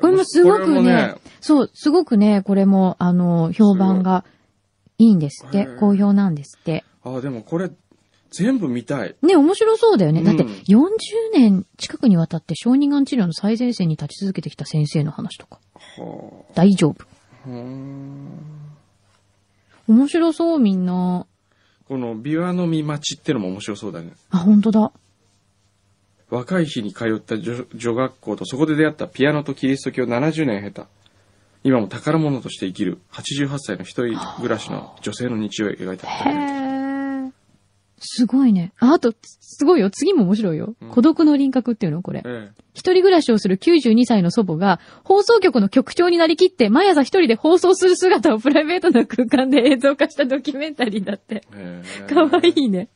Speaker 2: これもすごく
Speaker 1: これも
Speaker 2: ねそう、すごくね、これも、あの、評判がいいんですって
Speaker 1: すご
Speaker 2: 好
Speaker 1: い、
Speaker 2: 評なんですって。
Speaker 1: あ、でもこれ、全部見たい。
Speaker 2: ね、面白そうだよね。
Speaker 1: うん
Speaker 2: だって、40年近くにわたって小児がん治療の最前線に立ち続けてきた先生の話とか。
Speaker 1: は
Speaker 2: 大丈夫。
Speaker 1: あ。うーん
Speaker 2: 面白そう、みんな。
Speaker 1: この、琵琶の見待ちってのも面白そうだね。
Speaker 2: あ、本当だ。
Speaker 1: 若い日に通った女女学校とそこで出会ったピアノとキリスト教70年経た。今も宝物として生きる88歳の一人暮らしの女性の日常を描いた。
Speaker 2: へー。すごいね。あ、あと、すごいよ。次も面白いよ。
Speaker 1: うん
Speaker 2: 孤独の輪郭っていうのこれ。
Speaker 1: ええ
Speaker 2: 一人暮らしをする92歳の祖母が、放送局の局長になりきって、毎朝一人で放送する姿をプライベートな空間で映像化したドキュメンタリーだって。
Speaker 1: ええ
Speaker 2: かわいいね。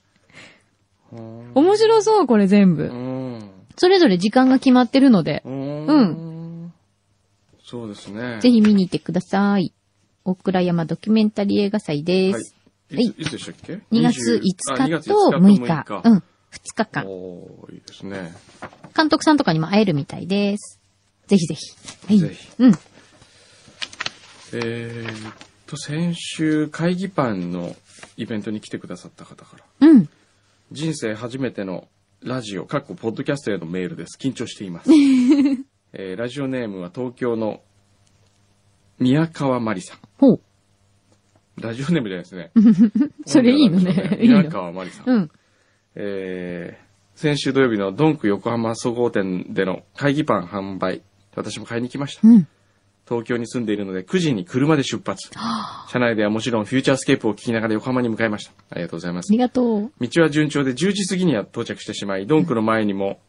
Speaker 1: うん
Speaker 2: 面白そう、これ全部。それぞれ時間が決まってるので、
Speaker 1: うん。。
Speaker 2: うん
Speaker 1: そうですね。
Speaker 2: ぜひ見に行ってください。大倉山ドキュメンタリー映画祭で
Speaker 1: はい
Speaker 2: す。。
Speaker 1: いついつでしたっけ
Speaker 2: 2月5
Speaker 1: 20
Speaker 2: 日と
Speaker 1: あ
Speaker 2: 6日。
Speaker 1: と
Speaker 2: うん。2日間。
Speaker 1: おーいいですね。
Speaker 2: 監督さんとかにも会えるみたいです。ぜひぜひ。は
Speaker 1: ぜ
Speaker 2: い。
Speaker 1: ひ。
Speaker 2: うん。
Speaker 1: えーっと、先週、会議パンのイベントに来てくださった方から、
Speaker 2: うん。
Speaker 1: 人生初めてのラジオ、かっこポッドキャストへのメールです。緊張していま す。えーラジオネームは東京の宮川まりさん。
Speaker 2: ほう。
Speaker 1: ラジオネームじゃないですね。
Speaker 2: それいいの
Speaker 1: 本名なん
Speaker 2: ね。
Speaker 1: で
Speaker 2: いい
Speaker 1: しょう宮
Speaker 2: の。
Speaker 1: 川まりさん。
Speaker 2: うん。
Speaker 1: えー先週土曜日のドンク横浜総合店での会議パン販売。私も買いに来ました
Speaker 2: う。ん。
Speaker 1: 東京に住んでいるので9時に車で出 発。車内ではもちろんフューチャースケープを聞きながら横浜に向かいました。ありがとうございま
Speaker 2: あ
Speaker 1: す。
Speaker 2: りがとう。
Speaker 1: 道は順調で10時過ぎには到着してしまい、ドンクの前にも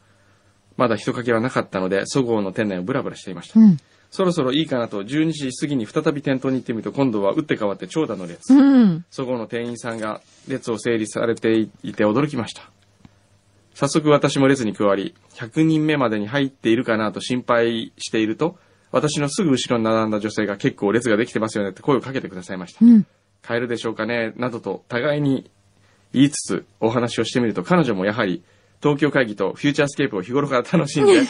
Speaker 1: まだ人影はなかったので、そごうの店内をブラブラしていました
Speaker 2: う。ん。
Speaker 1: そろそろいいかなと12時過ぎに再び店頭に行ってみると、今度は打って変わって長蛇の列。
Speaker 2: うん。
Speaker 1: そごうの店員さんが列を整理されていて驚きました。早速私も列に加わり、100人目までに入っているかなと心配していると、私のすぐ後ろに並んだ女性が結構列ができてますよねって声をかけてくださいました
Speaker 2: う。ん。
Speaker 1: 帰るでしょうかねなどと互いに言いつつお話をしてみると彼女もやはり東京会議とフューチャースケープを日頃から楽しんで、 今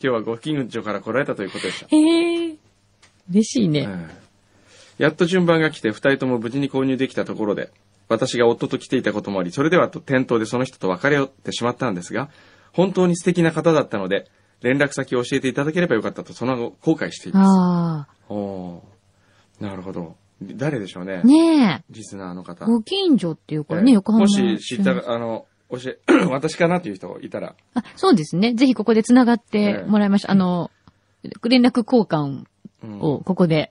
Speaker 1: 日はご近所から来られたということでした。
Speaker 2: へえ。嬉しいね。
Speaker 1: はいやっと順番が来て、二人とも無事に購入できたところで、私が夫と来ていたこともあり、それではと店頭でその人と別れてしまったんですが、本当に素敵な方だったので、連絡先を教えていただければよかったと、その後、後悔しています。
Speaker 2: あ
Speaker 1: おーなるほど。誰でしょうね
Speaker 2: あ。。ねえ。
Speaker 1: リスナーの方。
Speaker 2: ご近所っていうから
Speaker 1: え
Speaker 2: ね、
Speaker 1: え
Speaker 2: 横浜
Speaker 1: も
Speaker 2: の
Speaker 1: し知った、あの、教え、 私かなという人いたら、
Speaker 2: あ、そうですね。ぜひここで繋がって
Speaker 1: ええ
Speaker 2: もらいました。あの、連絡交換
Speaker 1: うん
Speaker 2: をここで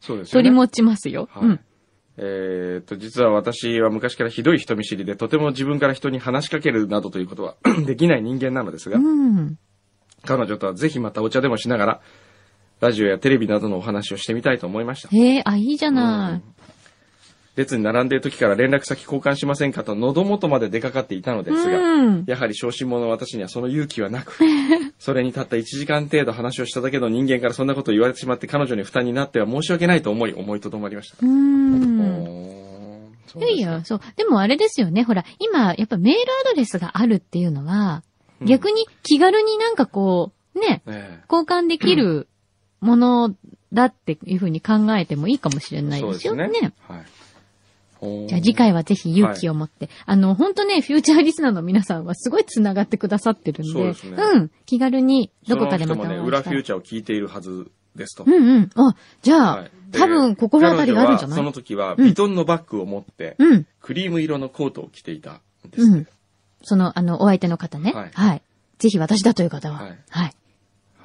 Speaker 1: そうですよ
Speaker 2: 取り
Speaker 1: ね。
Speaker 2: 持ちますよ。
Speaker 1: はい。
Speaker 2: うん。
Speaker 1: えーっと、実は私は昔からひどい人見知りで、とても自分から人に話しかけるなどということは できない人間なのですが、
Speaker 2: うん。
Speaker 1: 彼女とはぜひまたお茶でもしながら、ラジオやテレビなどのお話をしてみたいと思いました。
Speaker 2: へえ、あ、いいじゃな
Speaker 1: 列に並んでいる時から連絡先交換しませんかと喉元まで出かかっていたの
Speaker 2: い。
Speaker 1: ですが、
Speaker 2: うん。
Speaker 1: やはり小心者の私にはその勇気は なく、それにたった1時間程度話をしただけの人間からそんなことを言われてしまって彼女に負担になっては申し訳ないと思い、思いとどまりました。
Speaker 2: うん。
Speaker 1: おーそう
Speaker 2: いや
Speaker 1: です
Speaker 2: いや、そう。でもあれですよね。ほら、今、やっぱメールアドレスがあるっていうのは、
Speaker 1: うん
Speaker 2: 逆に気軽になんかこう、ね、
Speaker 1: ね
Speaker 2: 交換できるものだっていうふうに考えてもいいかもしれ
Speaker 1: え
Speaker 2: ない
Speaker 1: そう
Speaker 2: で
Speaker 1: ですす
Speaker 2: よ
Speaker 1: ね。
Speaker 2: ね。
Speaker 1: はい。おー
Speaker 2: じゃあ次回はぜひ勇気を持って、あの、本当ね、フューチャーリスナーの皆さんはすごい繋がってくださってるんで、
Speaker 1: そうですね
Speaker 2: ん、気軽にどこかでまた
Speaker 1: その人もね、
Speaker 2: お会い
Speaker 1: 裏
Speaker 2: し
Speaker 1: フ
Speaker 2: た
Speaker 1: ュー
Speaker 2: い。
Speaker 1: チャーを聞いているはずですと。
Speaker 2: うんうん。あ、じゃあ、
Speaker 1: はい
Speaker 2: 多分心当たりがあるんじゃな
Speaker 1: 彼女はそ
Speaker 2: い
Speaker 1: の時は、
Speaker 2: うん
Speaker 1: ビトンのバッグを持って、
Speaker 2: うん。
Speaker 1: クリーム色のコートを着ていたんです
Speaker 2: うん
Speaker 1: ね。。
Speaker 2: その、あの、お相手の方ね。は
Speaker 1: はいい。
Speaker 2: ぜひ私だという方は。
Speaker 1: はい
Speaker 2: はい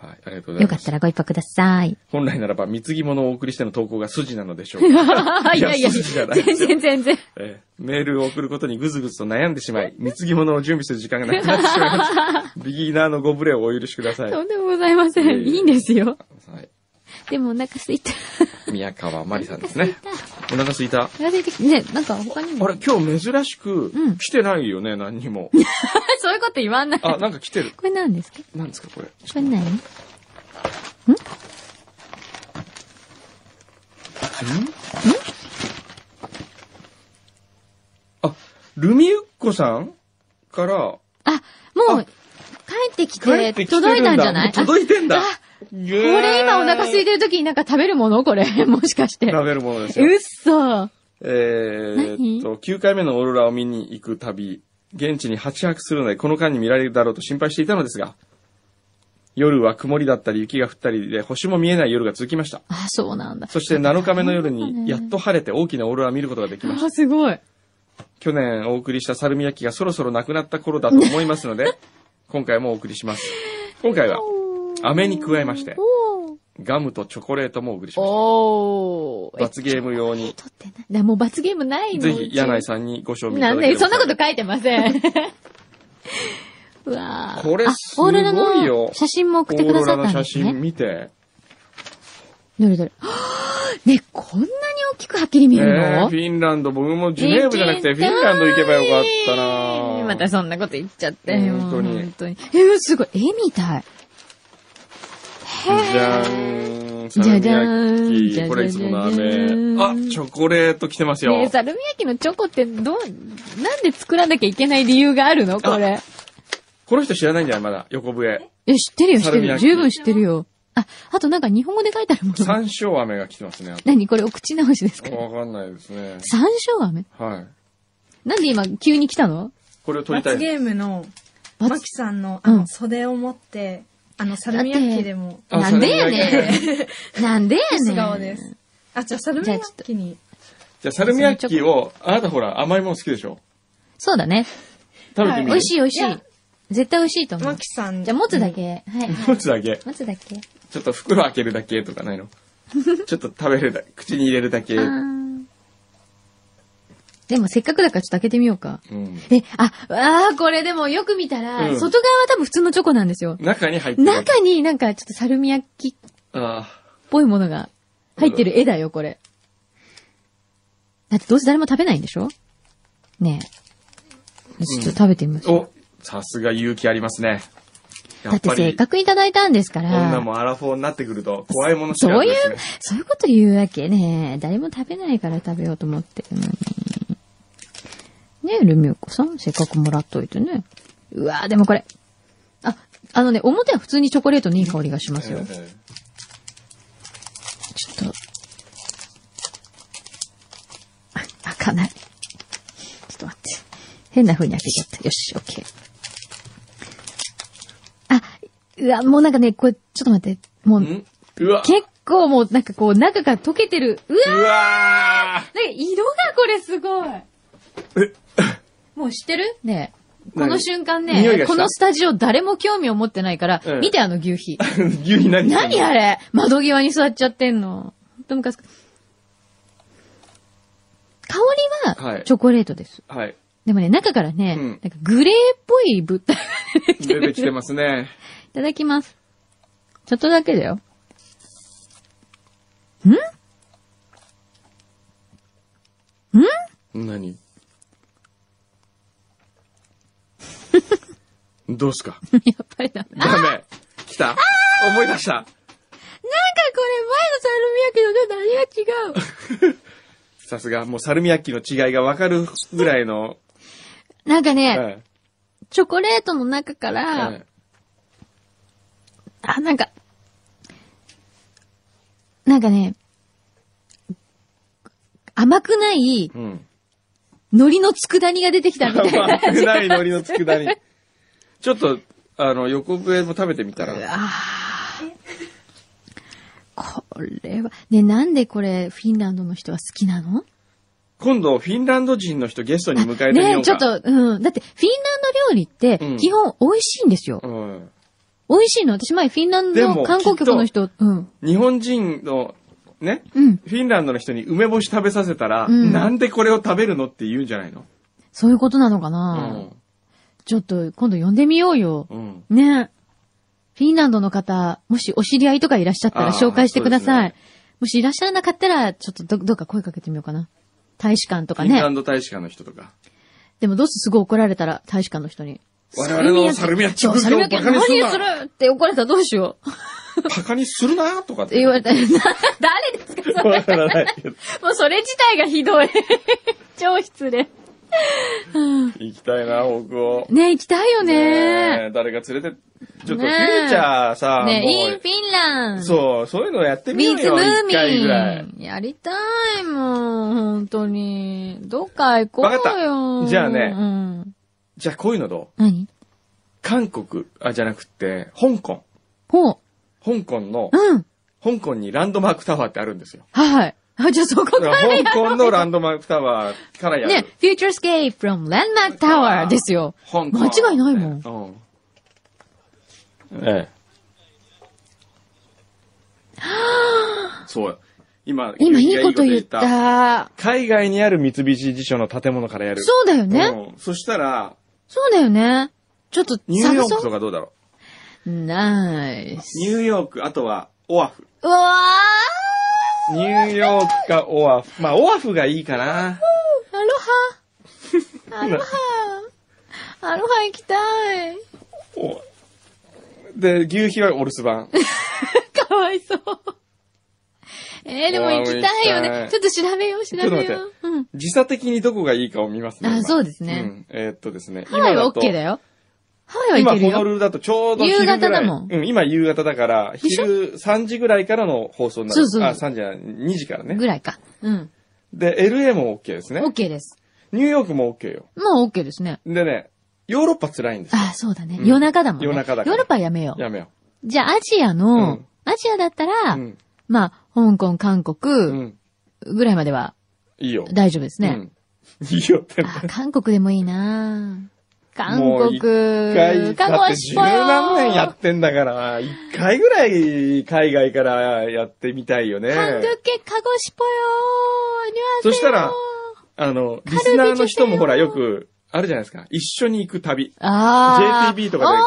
Speaker 1: はい、ありがとうござい
Speaker 2: よ
Speaker 1: ます。
Speaker 2: かったらご一泊くださ い。
Speaker 1: 本来ならば、貢ぎ物をお送りしての投稿が筋なのでしょうか。
Speaker 2: いやいや、
Speaker 1: 筋じゃないで
Speaker 2: 全
Speaker 1: すよ
Speaker 2: 然全然。
Speaker 1: えーメールを送ることにぐずぐずと悩んでしまい、 貢ぎ物を準備する時間がなくなってしまいました。 ビギナーのご無礼をお許しください。
Speaker 2: と
Speaker 1: は
Speaker 2: んでもございませ
Speaker 1: いや
Speaker 2: ん。
Speaker 1: いや
Speaker 2: いいんですよ。
Speaker 1: い。
Speaker 2: でもお腹空いた。
Speaker 1: 宮川まりさんですね。お腹すいた。
Speaker 2: お腹空いてきね、なんか他に
Speaker 1: あ
Speaker 2: も。
Speaker 1: れ、今日珍しく
Speaker 2: うん、
Speaker 1: 来てないよね、何 にも。
Speaker 2: そういうこと言わない。
Speaker 1: あ、
Speaker 2: こ
Speaker 1: なんか来てる。
Speaker 2: れ何ですか
Speaker 1: なんですか、これ。
Speaker 2: これ何ん
Speaker 1: あ、ルミユッコさんから、
Speaker 2: あ、もう、帰ってき
Speaker 1: 帰
Speaker 2: て、
Speaker 1: ってきてるんだ。
Speaker 2: 届いたんじゃない
Speaker 1: もう届いてんだ。
Speaker 2: あ
Speaker 1: こ
Speaker 2: これ
Speaker 1: れ
Speaker 2: 今お腹空い
Speaker 1: て
Speaker 2: てる時になんか食べるものこれ。 もしかして。
Speaker 1: 食べるものですよ
Speaker 2: う。っそ。
Speaker 1: えー、っと、9回目のオーロラを見に行く旅、現地に8泊するので、この間に見られるだろうと心配していたのですが、夜は曇りだったり雪が降ったりで、星も見えない夜が続きました。
Speaker 2: あ、そうなんだ。
Speaker 1: そして7日目の夜
Speaker 2: そうだ
Speaker 1: に、
Speaker 2: ね
Speaker 1: やっと晴れて大きなオーロラを見ることができました。
Speaker 2: あ、すごい。
Speaker 1: 去年お送りしたサルミヤキがそろそろなくなった頃だと思います ので、今回もお送りします。今回は、飴に加えまして
Speaker 2: おー
Speaker 1: ガムとチョコレートもお送りしまし
Speaker 2: お
Speaker 1: た。
Speaker 2: ー。
Speaker 1: 罰ゲーム用に、
Speaker 2: 取ってない。だもう罰ゲームないの。
Speaker 1: ぜひ、柳井
Speaker 2: さ
Speaker 1: さんにご賞味いた
Speaker 2: な
Speaker 1: だ
Speaker 2: ん
Speaker 1: けれ
Speaker 2: で、
Speaker 1: ば
Speaker 2: そんなこと書いてません。 うわー
Speaker 1: これ
Speaker 2: あ
Speaker 1: すごいよ
Speaker 2: オーロラの写真も送ってくださったんです
Speaker 1: オーロ
Speaker 2: ね
Speaker 1: ラの写真。見て。
Speaker 2: どれどれ。はぁ ね、こんなに大きくはっきり見る
Speaker 1: ねえ
Speaker 2: の
Speaker 1: フィンランド、僕もジュネーブじゃなくてフィンランド行けばよかった
Speaker 2: え
Speaker 1: な
Speaker 2: ーまたそんなこと言っちゃって。
Speaker 1: う
Speaker 2: も
Speaker 1: ん
Speaker 2: う
Speaker 1: 本当に
Speaker 2: 本当に。えー、すごい。絵みたい。
Speaker 1: じゃーん。サルミ
Speaker 2: じゃじゃーん
Speaker 1: ヤキ。これいつもの
Speaker 2: じゃじゃじゃじゃ
Speaker 1: 飴。
Speaker 2: ー
Speaker 1: あ
Speaker 2: ん、
Speaker 1: チョコレート来てます
Speaker 2: ねえ
Speaker 1: よ。
Speaker 2: サルミヤキのチョコってどう、なんで作らなきゃいけない理由があるのこれ。
Speaker 1: この人知らないんじゃないまだ、横笛。
Speaker 2: え、知ってるよ、知っ
Speaker 1: サ
Speaker 2: てる
Speaker 1: ルミヤ
Speaker 2: よ。
Speaker 1: キ
Speaker 2: 十分知ってるよ。あ、あとなんか日本語で書いてあるもの。
Speaker 1: 山椒飴が来てますね。
Speaker 2: 何これお口直しですか
Speaker 1: わかんないですね。
Speaker 2: 山椒飴
Speaker 1: はい。
Speaker 2: なんで今急に来たの
Speaker 1: これを取りた
Speaker 3: 罰
Speaker 1: い。
Speaker 3: ゲームの、
Speaker 2: 罰
Speaker 3: マキさんの、
Speaker 2: う
Speaker 3: あ
Speaker 2: ん
Speaker 3: の、袖を持って、あの、サルミヤッキでも、
Speaker 1: あ
Speaker 2: なんでやねん。 なんでやね
Speaker 3: 素
Speaker 2: ん。
Speaker 3: 顔です。あ、じゃあ、サルミヤッキに。
Speaker 1: じゃあ、サルミヤッキを、あなたほら、甘いもの好きでしょ
Speaker 2: そうだね。
Speaker 1: 食べてみる。
Speaker 2: 美味しい美味し
Speaker 3: い
Speaker 2: い
Speaker 3: や。
Speaker 2: 絶対美味しいと思
Speaker 3: マ
Speaker 2: う
Speaker 3: キ。さん。
Speaker 2: じゃあ持つだけ。はい。
Speaker 1: 一つだけ。
Speaker 2: 持つだけ。
Speaker 1: ちょっと袋開けるだけとかな いのちょっと食べるだ、口に入れるだけ。
Speaker 2: あ
Speaker 1: うん。
Speaker 2: ーでもせっかくだからちょっと開けてみようか。え、あ、わあこれでもよく見たら、
Speaker 1: うん
Speaker 2: 外側は多分普通のチョコなんですよ。
Speaker 1: 中に入ってる。
Speaker 2: 中になんかちょっとサルミヤキっ
Speaker 1: ああ。
Speaker 2: ぽいものが入ってる絵だよ、これ。だってどうせ誰も食べないんでしょねえ。ちょっと食べてみましょう。
Speaker 1: お、さすが勇気ありますね。や
Speaker 2: だっ
Speaker 1: ってぱ
Speaker 2: せっ
Speaker 1: り、
Speaker 2: かくいただいたんですから。
Speaker 1: 女もアラフォーになってくると、怖いものしか
Speaker 2: そう
Speaker 1: ない
Speaker 2: い
Speaker 1: です
Speaker 2: う
Speaker 1: ね。、
Speaker 2: そういうこと言うわけね。誰も食べないから食べようと思ってるのに。ねえ、ルミオコさん、せっかくもらっといてね。うわーでもこれ。あ、あのね、表は普通にチョコレートのいい香りがしますよ。
Speaker 1: え
Speaker 2: ちょっと。あ開かない。ちょっと待って。変な風に開けちゃった。よし、オッケー。あ、うわ、もうなんかね、これ、ちょっと待って。もう、
Speaker 1: えんうわ
Speaker 2: 結構もうなんかこう、中が溶けてる。うわ
Speaker 1: うわー
Speaker 2: なんか色がこれすごい。もう知ってるねえこの
Speaker 1: 何
Speaker 2: 瞬間
Speaker 1: 匂いが
Speaker 2: ね、
Speaker 1: した
Speaker 2: このスタジオ誰も興味を持ってないから、
Speaker 1: うん
Speaker 2: 見てあの牛皮。
Speaker 1: 牛皮何
Speaker 2: 何あ
Speaker 1: れ
Speaker 2: れ窓際に座っちゃってんの。ほんとムカつく。香り
Speaker 1: は
Speaker 2: はいチョコレートです。
Speaker 1: はい。
Speaker 2: でもね、中からね、
Speaker 1: うん
Speaker 2: なんかグレーっ ぽい物体が出てきて
Speaker 1: 出
Speaker 2: る。
Speaker 1: てきて
Speaker 2: い
Speaker 1: ますね。
Speaker 2: ただきます。ちょっとだけだよ。ん
Speaker 1: 何 どうすか
Speaker 2: やっぱりだ。なんかこれ前の
Speaker 1: ダメ来た思い出し
Speaker 2: サ
Speaker 1: た
Speaker 2: ルミアケとちょっと味が違う。
Speaker 1: さすが、もうサルミヤッキの違いがわかるぐらいの。
Speaker 2: なんかね、
Speaker 1: はい
Speaker 2: チョコレートの中から、
Speaker 1: はい
Speaker 2: あ、なんか、なんかね、甘くない
Speaker 1: うん。
Speaker 2: 海苔の佃煮が出てきたみたいな
Speaker 1: 甘
Speaker 2: 感
Speaker 1: く
Speaker 2: じ。
Speaker 1: ない海苔の佃煮。 ちょっと、あの、横笛も食べてみたら。
Speaker 2: あーこれは、ね、なんでこれフィンランドの人は好きなの
Speaker 1: 今度、フィンランド人の人ゲストに迎えてみよ
Speaker 2: ね
Speaker 1: うか。
Speaker 2: ちょっ。と、うん。だって、フィンランド料理って
Speaker 1: うん、
Speaker 2: 基本美味しいんですよ。
Speaker 1: うん。
Speaker 2: 美味しいの。私前、フィンラン
Speaker 1: で
Speaker 2: ド
Speaker 1: も
Speaker 2: の観光局の人、うん。
Speaker 1: 日本人の、ね、
Speaker 2: うん。
Speaker 1: フィンランドの人に梅干し食べさせたら、
Speaker 2: うん
Speaker 1: なんでこれを食べるのって言うんじゃないの
Speaker 2: そういうことなのか
Speaker 1: う
Speaker 2: な、ちょっと、今度呼んでみようよ。
Speaker 1: ん。うん。
Speaker 2: ね。フィンランドの方、もしお知り合いとかいらっしゃった
Speaker 1: あ
Speaker 2: ら
Speaker 1: ー
Speaker 2: 紹介してくださ
Speaker 1: そう
Speaker 2: い。
Speaker 1: で
Speaker 2: もしいらっしゃらなかったら、ちょっとど、どうか声かけてみようかな。大使館と
Speaker 1: フ
Speaker 2: か
Speaker 1: ィンラ
Speaker 2: ね。
Speaker 1: ンド大使館の人とか。
Speaker 2: でもどうせすごい怒られたら、大使館の人に。
Speaker 1: 我々のサルミアッチ
Speaker 2: そうサルミアッチ
Speaker 1: 文化をバカにするな
Speaker 2: 何するって怒られたらどうしよう。
Speaker 1: バカにするなとかっ
Speaker 2: って言われたら、な誰ですかそれ
Speaker 1: わからないけど。
Speaker 2: もうそれ自体がひ どい。超失礼。
Speaker 1: 行きたいな、北欧。
Speaker 2: ね行きたいよ
Speaker 1: ね
Speaker 2: ね。
Speaker 1: え誰か連れて、ちょっとフ
Speaker 2: ねえ
Speaker 1: ューチャーさ、
Speaker 2: ねイン
Speaker 1: も
Speaker 2: フィンラン
Speaker 1: う、
Speaker 2: ド。
Speaker 1: そう、そういうのやってみよ
Speaker 2: ビーズ
Speaker 1: うよ、
Speaker 2: ム
Speaker 1: 一回ぐ
Speaker 2: ー
Speaker 1: らい。
Speaker 2: ミン。やりたいもん、本当に。どっか行こ
Speaker 1: わか
Speaker 2: う
Speaker 1: っ
Speaker 2: よ。
Speaker 1: たじゃあね
Speaker 2: うん。
Speaker 1: じゃあ、こういうのどう
Speaker 2: 何
Speaker 1: 韓国、あ、じゃなくて、香港。
Speaker 2: ほう。
Speaker 1: 香港の、
Speaker 2: うん。
Speaker 1: 香港にランドマークタワーってあるんです よ。
Speaker 2: はい。あ、じゃあそこ
Speaker 1: だ
Speaker 2: か。
Speaker 1: からら香港のランドマークタワーからやる。
Speaker 2: ね、Future Scape from Landmark Tower ですよ。
Speaker 1: 香港。
Speaker 2: 間違いないもん
Speaker 1: ん。うん。ええ。そうよ。今、
Speaker 2: 今い
Speaker 1: 君
Speaker 2: い
Speaker 1: が
Speaker 2: こと言った。
Speaker 1: 海外にある三菱地所の建物からやる。
Speaker 2: そうだよね。
Speaker 1: うんそしたら、
Speaker 2: そうだよね。ちょっと
Speaker 1: ニュー
Speaker 2: 探
Speaker 1: ヨーク
Speaker 2: そ
Speaker 1: とかどうだろ
Speaker 2: う。ナイ
Speaker 1: う
Speaker 2: ス。
Speaker 1: ニューヨーク、あとは、オアフ。
Speaker 2: うわ
Speaker 1: ニューヨークかオアフ。まあ、オアフがいいかな。
Speaker 2: ーアロ ハアロハアロハ行きたい。
Speaker 1: おで、牛皮はお留守番。
Speaker 2: かわいそう。えー、でも行きたいよ
Speaker 1: うわー行きたい
Speaker 2: ね。ちょっと調べよう、調べ
Speaker 1: ちょっと待
Speaker 2: よ
Speaker 1: っ
Speaker 2: う。うん。
Speaker 1: 時差的にどこがいいかを見ますね。
Speaker 2: あ
Speaker 1: 今
Speaker 2: そうですね
Speaker 1: うんえーっとですね。
Speaker 2: ハワイは
Speaker 1: だと
Speaker 2: OK だよ。ハワイは
Speaker 1: 今、
Speaker 2: 行ける
Speaker 1: ホノ
Speaker 2: よ。
Speaker 1: ルルだとちょうど昼ぐらい
Speaker 2: 夕方だもん
Speaker 1: うん、今夕方だから、
Speaker 2: でしょ
Speaker 1: 昼3時ぐらいからの放送にな
Speaker 2: そ
Speaker 1: る。
Speaker 2: うそう
Speaker 1: あ、3時じゃない、2時からね
Speaker 2: ぐ。らいか。うん。
Speaker 1: で、LA も OK ですね。
Speaker 2: OK です。
Speaker 1: ニューヨークも OK よ。
Speaker 2: もう OK ですね。
Speaker 1: でね、ヨーロッパ辛いんですよ。
Speaker 2: あ、そうだね。
Speaker 1: うん
Speaker 2: 夜中だもんね。
Speaker 1: 夜中だから
Speaker 2: ヨーロッパはやめよう。
Speaker 1: やめよ
Speaker 2: じゃあアジア
Speaker 1: う
Speaker 2: の
Speaker 1: ん、
Speaker 2: アジアだった
Speaker 1: う。
Speaker 2: ら
Speaker 1: う、ん。
Speaker 2: まあ、香港、韓
Speaker 1: う
Speaker 2: 国
Speaker 1: ん。
Speaker 2: ぐらいまではい
Speaker 1: いよ。
Speaker 2: 大丈夫ですね。
Speaker 1: うん。 いいよってね。
Speaker 2: あ、韓国でもいいな韓
Speaker 1: もう
Speaker 2: 国
Speaker 1: 一。回、
Speaker 2: 韓国
Speaker 1: だっ
Speaker 2: は
Speaker 1: て
Speaker 2: し
Speaker 1: 十
Speaker 2: っぽよ
Speaker 1: 何年やってんだから、一回ぐらい海外からやってみたいよね。
Speaker 2: 韓国系カゴシポよーに
Speaker 1: そしたらあの、リスナーの人もほらよく、あるじゃないですか。一緒に行く旅。
Speaker 2: ああ。
Speaker 1: JTB とかで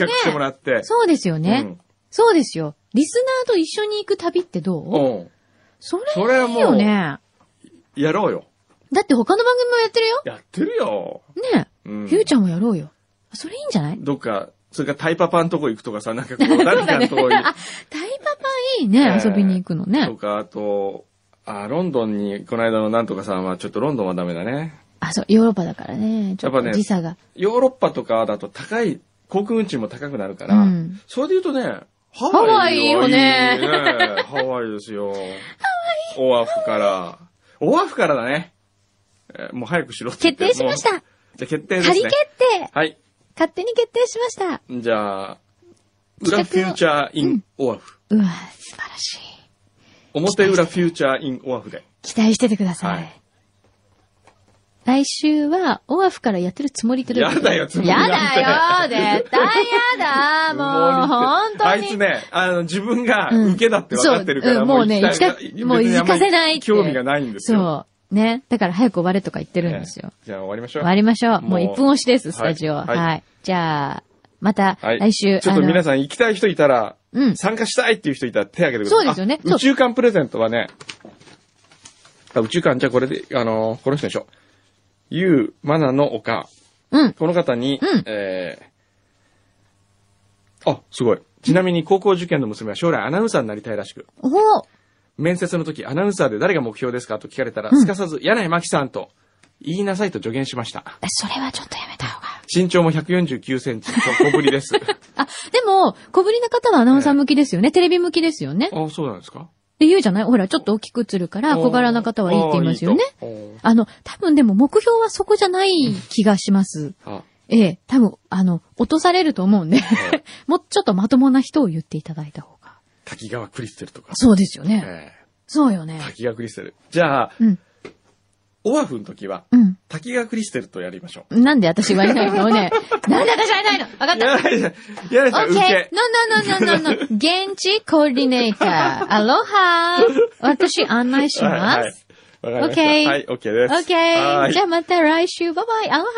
Speaker 1: 企画しても
Speaker 2: ら
Speaker 1: らって。
Speaker 2: そうですよね、
Speaker 1: うん
Speaker 2: そうですよ。リスナーと一緒に行く旅ってどう
Speaker 1: うん。
Speaker 2: それ
Speaker 1: それはいも
Speaker 2: いうよね。
Speaker 1: やろうよ。
Speaker 2: だって他の番組もやってるよ。
Speaker 1: やってるよ。
Speaker 2: ね
Speaker 1: うん
Speaker 2: え。ゆうちゃんもやろうよ。それいいんじゃない
Speaker 1: どっか、それからタイパパんとこ行くとかさ、なんかこう、誰かのとこ行
Speaker 2: あ、タイパパいいね。
Speaker 1: ええ
Speaker 2: 遊びに行くの
Speaker 1: く
Speaker 2: ね
Speaker 1: と。か、あと、あ、ロンドンに、この間のなんとかさんは、ちょっとロンドンはダメだね。
Speaker 2: あ、そう、ヨーロッパだからね。ちょっ
Speaker 1: やっぱ
Speaker 2: と
Speaker 1: ね
Speaker 2: 時差が。
Speaker 1: ヨーロッパとかだと高い航空運賃も高くなるか
Speaker 2: う
Speaker 1: ら、
Speaker 2: ん。
Speaker 1: それで言うとね、ハ
Speaker 2: ハワイいいよね
Speaker 1: いいねハワイですよ。ハワイ。オアフから。オアフからだね。えーもう早くしろって言っ
Speaker 2: 決定
Speaker 1: て
Speaker 2: しました
Speaker 1: もうじゃあ決定ですね。
Speaker 2: 仮決定
Speaker 1: はい。
Speaker 2: 勝手に決定しました
Speaker 1: じゃあ、
Speaker 2: 企画
Speaker 1: 裏フューチャーインオアフ。
Speaker 2: うわ、素晴らしい。
Speaker 1: 表裏フューチャーインオアフで。
Speaker 2: 期待しててください。
Speaker 1: はい
Speaker 2: 来週は、オアフからやってるつもりってどういうこと
Speaker 1: やだよつもり
Speaker 2: や
Speaker 1: なんて
Speaker 2: だよ絶対 やだもう、本当に。
Speaker 1: あいつね、あの、自分が受けだって分かってるから、
Speaker 2: うんそううんもうね
Speaker 1: 行きた
Speaker 2: 行きたもう行かせないって
Speaker 1: 興味がないんですよ。
Speaker 2: そう。ね。だから早く終われとか言って
Speaker 1: う
Speaker 2: るんですよ。
Speaker 1: じゃあ終わりましょう。
Speaker 2: 終わりましょう。もう
Speaker 1: もう
Speaker 2: 1分押しです、
Speaker 1: はい
Speaker 2: スタジオ。は。
Speaker 1: はいい
Speaker 2: じゃあ、また、
Speaker 1: はい
Speaker 2: 来週、
Speaker 1: ちょっと皆
Speaker 2: さ
Speaker 1: さん行きたい人いたら、
Speaker 2: うん
Speaker 1: 参加したいっていう人いたら手挙げてくださ
Speaker 2: そう
Speaker 1: い。
Speaker 2: ですよね
Speaker 1: あ
Speaker 2: そう
Speaker 1: 宇宙間プレゼントはね、あ宇宙間じゃあこれで、あのーこの人でしょ。ゆうまなのおか。
Speaker 2: うん
Speaker 1: この方に、
Speaker 2: うん
Speaker 1: えーあ、すごい。ちなみに高校受験の娘は将来アナウンサーになりたいらしく、
Speaker 2: ん。おー
Speaker 1: 面接の時アナウンサーで誰が目標ですかと聞かれたら、
Speaker 2: うん
Speaker 1: すかさず、柳井真紀さんと言いなさいと助言しました。
Speaker 2: それはちょっとやめた方が。
Speaker 1: 身長も149センチ、小ぶ りです。
Speaker 2: あ、でも、小ぶりな方はアナウンサー向きですよね。テレビ向きですよね。っ
Speaker 1: あ、そうなんですか
Speaker 2: て言うじゃないほら、ちょっと大きく映るから、小柄な方はいいって言いますよね。
Speaker 1: あー。いいと
Speaker 2: あの、多分でも目標はそこじゃない気がします。
Speaker 1: あーあ
Speaker 2: ええ、多分、あの、落とされると思うんで、 もうちょっとまともな人を言っていただいた方が。
Speaker 1: 滝川クリステルとか。
Speaker 2: そうですよね。
Speaker 1: え
Speaker 2: そうよ
Speaker 1: え
Speaker 2: ね。
Speaker 1: 滝川クリステル。じゃあ、
Speaker 2: うん。
Speaker 1: オアフの時は、
Speaker 2: うん。
Speaker 1: 滝川クリステルとやりましょう。
Speaker 2: なんで私がいないのね。 なんで私がいないのわかっ
Speaker 1: や
Speaker 2: た。
Speaker 1: らないで、やらないで、受
Speaker 2: OK!
Speaker 1: け。
Speaker 2: No, no, no, no, no, no. 現地コーディネーター。アロハ私案内し
Speaker 1: はいは
Speaker 2: ま
Speaker 1: い
Speaker 2: す。
Speaker 1: わかりました。
Speaker 2: OK
Speaker 1: はい、OK です。は
Speaker 2: OK!
Speaker 1: い
Speaker 2: じゃあまた来週。バイバイ。アロハ